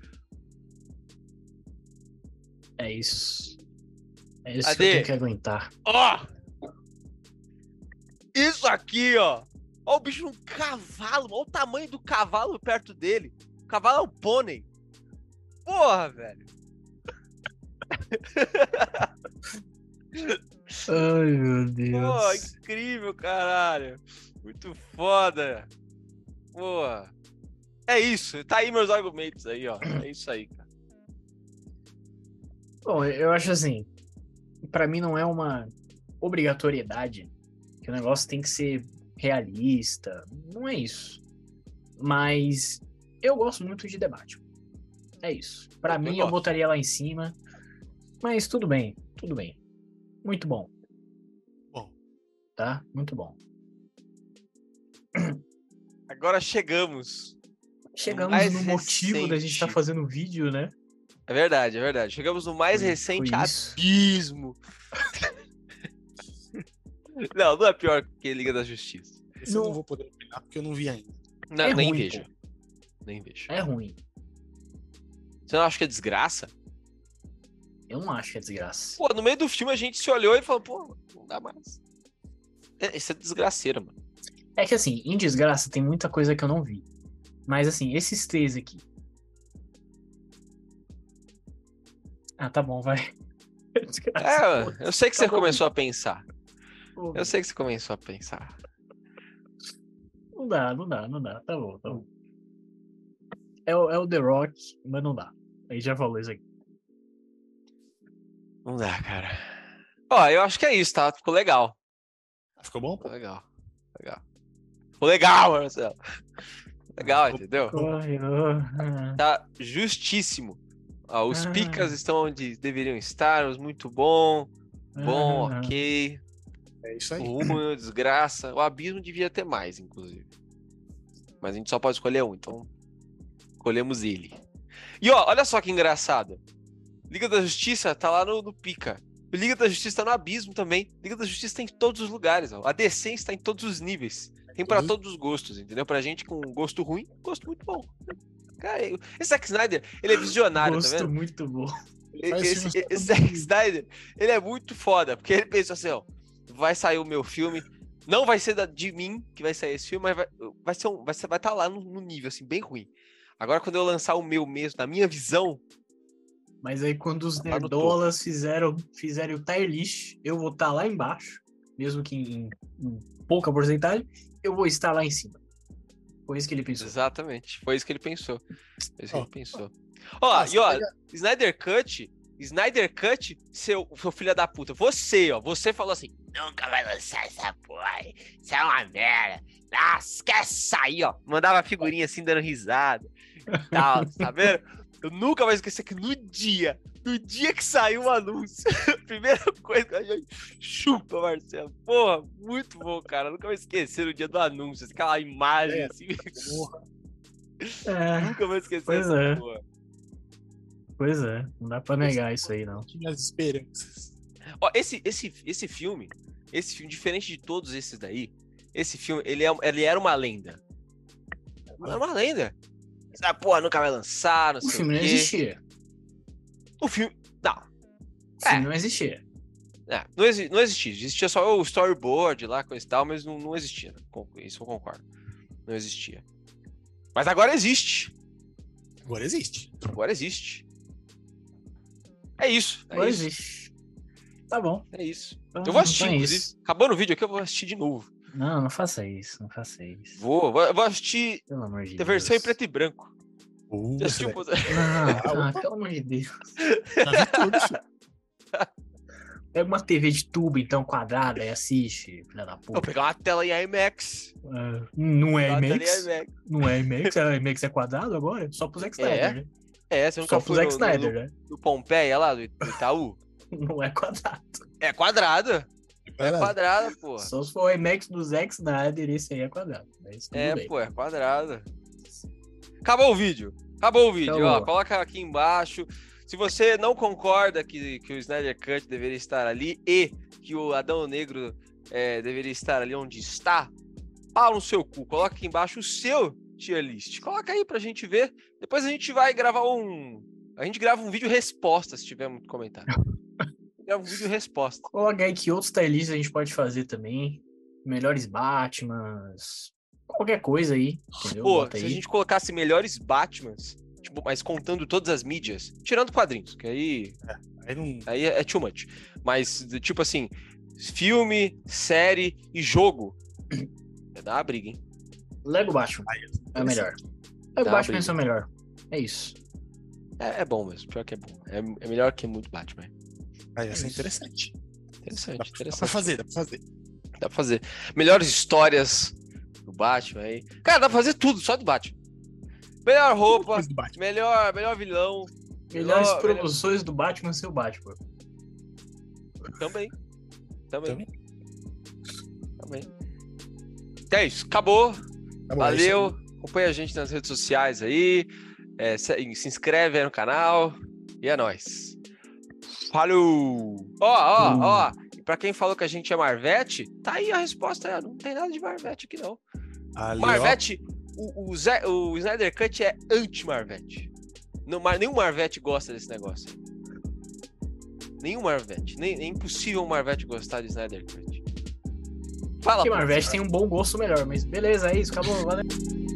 [SPEAKER 2] É isso. É isso que
[SPEAKER 1] Cadê?
[SPEAKER 2] eu tenho que aguentar.
[SPEAKER 1] Ó! Isso aqui, ó! Ó o bicho num cavalo, ó o tamanho do cavalo perto dele. O cavalo é um pônei. Porra, velho.
[SPEAKER 2] Ai, meu
[SPEAKER 1] Pô,
[SPEAKER 2] Deus.
[SPEAKER 1] incrível, caralho. Muito foda. Porra. É isso, tá aí meus argumentos aí, ó. É isso aí, cara.
[SPEAKER 2] Bom, eu acho assim. Pra mim não é uma obrigatoriedade que o negócio tem que ser realista. Não é isso. Mas eu gosto muito de debate. É isso. Pra
[SPEAKER 1] Eu
[SPEAKER 2] mim
[SPEAKER 1] também
[SPEAKER 2] eu
[SPEAKER 1] gosto.
[SPEAKER 2] botaria lá em cima. Mas tudo bem, tudo bem. Muito bom.
[SPEAKER 3] Bom.
[SPEAKER 2] Tá? Muito bom.
[SPEAKER 1] Agora chegamos.
[SPEAKER 2] Chegamos
[SPEAKER 1] mais
[SPEAKER 2] no motivo da gente estar
[SPEAKER 1] recente.
[SPEAKER 2] fazendo vídeo, né?
[SPEAKER 1] É verdade, é verdade. Chegamos no mais
[SPEAKER 2] Foi-
[SPEAKER 1] recente
[SPEAKER 2] foi isso.
[SPEAKER 1] abismo. não, não é pior que Liga da Justiça.
[SPEAKER 3] Esse eu não
[SPEAKER 2] Não.
[SPEAKER 3] vou poder opinar porque eu não vi ainda.
[SPEAKER 1] Não,
[SPEAKER 2] É
[SPEAKER 1] nem
[SPEAKER 2] ruim,
[SPEAKER 1] vejo. Nem vejo.
[SPEAKER 2] É ruim.
[SPEAKER 1] Você não acha que é desgraça?
[SPEAKER 2] Eu não acho que é desgraça.
[SPEAKER 1] Pô, no meio do filme a gente se olhou e falou, pô, não dá mais. É, Isso é desgraceira, mano.
[SPEAKER 2] É que assim, em desgraça tem muita coisa que eu não vi. Mas assim, esses três aqui. Ah, tá bom, vai. Desgraça.
[SPEAKER 1] É, eu sei que você
[SPEAKER 2] Tá bom.
[SPEAKER 1] começou a pensar.
[SPEAKER 2] pô.
[SPEAKER 1] É, Eu sei que você começou a pensar.
[SPEAKER 2] Não dá, não dá, não dá. Tá bom, tá bom. É o, é o The Rock, mas não dá. A gente já falou isso aqui.
[SPEAKER 1] Não dá, cara. Ó, eu acho que é isso, tá? Ficou legal.
[SPEAKER 3] Ah, Ficou bom?
[SPEAKER 1] Ficou legal. Legal. Ficou legal, Marcelo. Legal, entendeu?
[SPEAKER 2] Ai, ah,
[SPEAKER 1] Tá justíssimo. Ó, os
[SPEAKER 2] Ah.
[SPEAKER 1] picas estão onde deveriam estar, os muito bom. Bom,
[SPEAKER 2] ah,
[SPEAKER 1] ok.
[SPEAKER 3] É isso aí.
[SPEAKER 1] O rumo é uma desgraça. O abismo devia ter mais, inclusive. Mas a gente só pode escolher um, então escolhemos ele. E ó, olha só que engraçado. Liga da Justiça tá lá no, no pica. O Liga da Justiça tá no abismo também. Liga da Justiça tá em todos os lugares. Ó. A decência tá em todos os níveis. Tem pra
[SPEAKER 3] Uhum.
[SPEAKER 1] todos os gostos, entendeu? Pra gente com gosto ruim, gosto muito bom. Cara, eu- esse Zack Snyder, ele é visionário,
[SPEAKER 2] Gosto
[SPEAKER 1] tá vendo?
[SPEAKER 2] muito bom.
[SPEAKER 1] Ele-
[SPEAKER 3] Parece
[SPEAKER 1] Esse,
[SPEAKER 3] que você
[SPEAKER 1] esse Zack Snyder, ele é muito foda, porque ele pensou assim, ó, vai sair o meu filme, não vai ser da- de mim que vai sair esse filme, mas vai, vai ser um, vai estar vai tá lá no, no nível, assim, bem ruim. Agora, quando eu lançar o meu mesmo, na minha visão,
[SPEAKER 2] Mas aí quando os
[SPEAKER 1] Lá Tá no topo.
[SPEAKER 2] nerdolas fizeram, fizeram o tier list, eu vou estar lá embaixo, mesmo que em, em pouca porcentagem, eu vou estar lá em cima. Foi isso que ele pensou.
[SPEAKER 1] exatamente, foi isso que ele pensou. Foi isso que
[SPEAKER 3] Ó.
[SPEAKER 1] ele pensou. Ó,
[SPEAKER 3] Ah,
[SPEAKER 1] e ó,
[SPEAKER 3] você
[SPEAKER 1] Snyder Cut, Snyder Cut, seu, seu filho da puta, você, ó, você falou assim, nunca vai lançar essa porra, isso é uma merda, ah, esquece isso aí, ó, mandava figurinha assim, dando risada, e tal, tá vendo? Eu nunca vou esquecer que no dia, no dia que saiu o anúncio, a primeira coisa que a gente chupa, Marcelo, porra, muito bom, cara, eu nunca vou esquecer no dia do anúncio, aquela imagem,
[SPEAKER 3] É.
[SPEAKER 1] assim,
[SPEAKER 3] Porra,
[SPEAKER 2] É,
[SPEAKER 1] nunca vou esquecer
[SPEAKER 2] Pois
[SPEAKER 1] essa
[SPEAKER 2] é.
[SPEAKER 1] porra.
[SPEAKER 2] pois é, não dá pra negar isso aí, não.
[SPEAKER 3] tinha as esperanças.
[SPEAKER 1] Ó, esse, esse, esse filme, esse filme, diferente de todos esses daí, esse filme, ele, é, ele era uma lenda. Era uma lenda. Ah, porra, nunca vai lançar, não
[SPEAKER 2] O
[SPEAKER 1] sei o
[SPEAKER 2] filme não
[SPEAKER 1] quê.
[SPEAKER 2] existia.
[SPEAKER 1] O filme. Não,
[SPEAKER 2] O filme não existia.
[SPEAKER 1] é, não, exi- não existia. Existia só o storyboard lá, coisa e tal, mas não, não existia. né? Com- Isso eu concordo. Não existia. Mas agora existe.
[SPEAKER 3] Agora existe.
[SPEAKER 1] Agora existe. É isso. É
[SPEAKER 2] Não
[SPEAKER 1] isso.
[SPEAKER 2] existe. Tá bom.
[SPEAKER 1] É isso.
[SPEAKER 2] Então,
[SPEAKER 1] Eu vou assistir,
[SPEAKER 2] então é
[SPEAKER 1] inclusive.
[SPEAKER 2] isso.
[SPEAKER 1] Acabando o vídeo aqui, eu vou assistir de novo.
[SPEAKER 2] Não, não faça isso, não faça isso.
[SPEAKER 1] Vou, vou, vou assistir
[SPEAKER 2] Pelo amor de
[SPEAKER 1] a
[SPEAKER 2] Deus.
[SPEAKER 1] versão em preto e branco.
[SPEAKER 3] Uh,
[SPEAKER 1] Já assistiu o
[SPEAKER 3] velho,
[SPEAKER 1] Pousada-
[SPEAKER 2] Não, não, pelo amor de Deus.
[SPEAKER 3] já vi tudo, filho.
[SPEAKER 2] Pega uma TV de tubo, então, quadrada, e assiste, filha da
[SPEAKER 1] Vou
[SPEAKER 2] puta.
[SPEAKER 1] pegar uma tela em IMAX.
[SPEAKER 2] Ah, não é
[SPEAKER 1] Pegar uma tela em
[SPEAKER 2] IMAX?
[SPEAKER 1] IMAX.
[SPEAKER 2] Não é IMAX? É IMAX é quadrado agora? Só pro Zack Snyder, né?
[SPEAKER 1] É, você
[SPEAKER 2] Só
[SPEAKER 1] nunca
[SPEAKER 2] pro
[SPEAKER 1] foi
[SPEAKER 2] Zack
[SPEAKER 1] no, no,
[SPEAKER 2] Snyder,
[SPEAKER 1] no,
[SPEAKER 2] né?
[SPEAKER 1] no Pompeia lá, do do Itaú?
[SPEAKER 2] Não é quadrado.
[SPEAKER 1] É quadrada.
[SPEAKER 3] Vai
[SPEAKER 2] Tá.
[SPEAKER 3] lá.
[SPEAKER 1] Quadrada, porra.
[SPEAKER 2] Só se for o IMAX do Zack Snyder, esse aí é quadrado. Mas tudo
[SPEAKER 1] É,
[SPEAKER 2] bem.
[SPEAKER 1] pô, é quadrada. Acabou o vídeo. Acabou o vídeo. Ó,
[SPEAKER 2] Acabou.
[SPEAKER 1] coloca aqui embaixo. Se você não concorda que, que o Snyder Cut deveria estar ali e que o Adão Negro é, deveria estar ali onde está, pau no seu cu. Coloca aqui embaixo o seu tier list. Coloca aí pra gente ver. Depois a gente vai gravar um. A gente grava um vídeo resposta se tiver muito comentário. grava um vídeo resposta.
[SPEAKER 2] Coloca aí que outros stylists a gente pode fazer também. Melhores Batmans. Qualquer coisa aí. Entendeu?
[SPEAKER 1] Pô,
[SPEAKER 2] Bota
[SPEAKER 1] se
[SPEAKER 2] aí.
[SPEAKER 1] a gente colocasse melhores Batmans, tipo, mas contando todas as mídias, tirando quadrinhos, que aí,
[SPEAKER 3] Aí não-
[SPEAKER 1] aí é too much. Mas, do tipo assim, filme, série e jogo. É dar uma briga, hein?
[SPEAKER 2] Lego Batman. É o melhor.
[SPEAKER 1] tá
[SPEAKER 2] Lego
[SPEAKER 1] Dá
[SPEAKER 2] Batman
[SPEAKER 1] briga.
[SPEAKER 2] é o melhor. É isso.
[SPEAKER 1] É, é bom mesmo, pior que é bom. É, é melhor que muito Batman.
[SPEAKER 3] Aí essa é interessante. Dá
[SPEAKER 1] Interessante,
[SPEAKER 3] pra, dá pra
[SPEAKER 1] interessante.
[SPEAKER 3] fazer, dá pra fazer.
[SPEAKER 1] Dá pra fazer. Melhores histórias do Batman aí. Cara, dá pra fazer tudo, só do Batman. Melhor roupa,
[SPEAKER 3] Coisa do Batman.
[SPEAKER 1] melhor, melhor vilão,
[SPEAKER 2] Melhores
[SPEAKER 1] Melhor-
[SPEAKER 2] produções do Batman é seu Batman.
[SPEAKER 1] Também. Também.
[SPEAKER 3] Também.
[SPEAKER 1] Também. Então é isso. Acabou.
[SPEAKER 3] Tá bom, é isso aí.
[SPEAKER 1] Valeu. Acompanha a gente nas redes sociais aí. É, se, se inscreve aí no canal. E é nóis. Falou! Ó, ó, ó. E pra quem falou que a gente é Marvete, tá aí a resposta. é, Não tem nada de Marvete aqui, não.
[SPEAKER 3] Ali, ó.
[SPEAKER 1] Marvete, o, o, Zé- o Snyder Cut é anti-Marvete. Não, mas nenhum Marvete gosta desse negócio. Nenhum Marvete. Nem, é impossível um Marvete gostar de Snyder Cut. Fala,
[SPEAKER 2] Porque
[SPEAKER 1] pô.
[SPEAKER 2] Marvete tem um bom gosto melhor, mas beleza, é isso, acabou, valeu.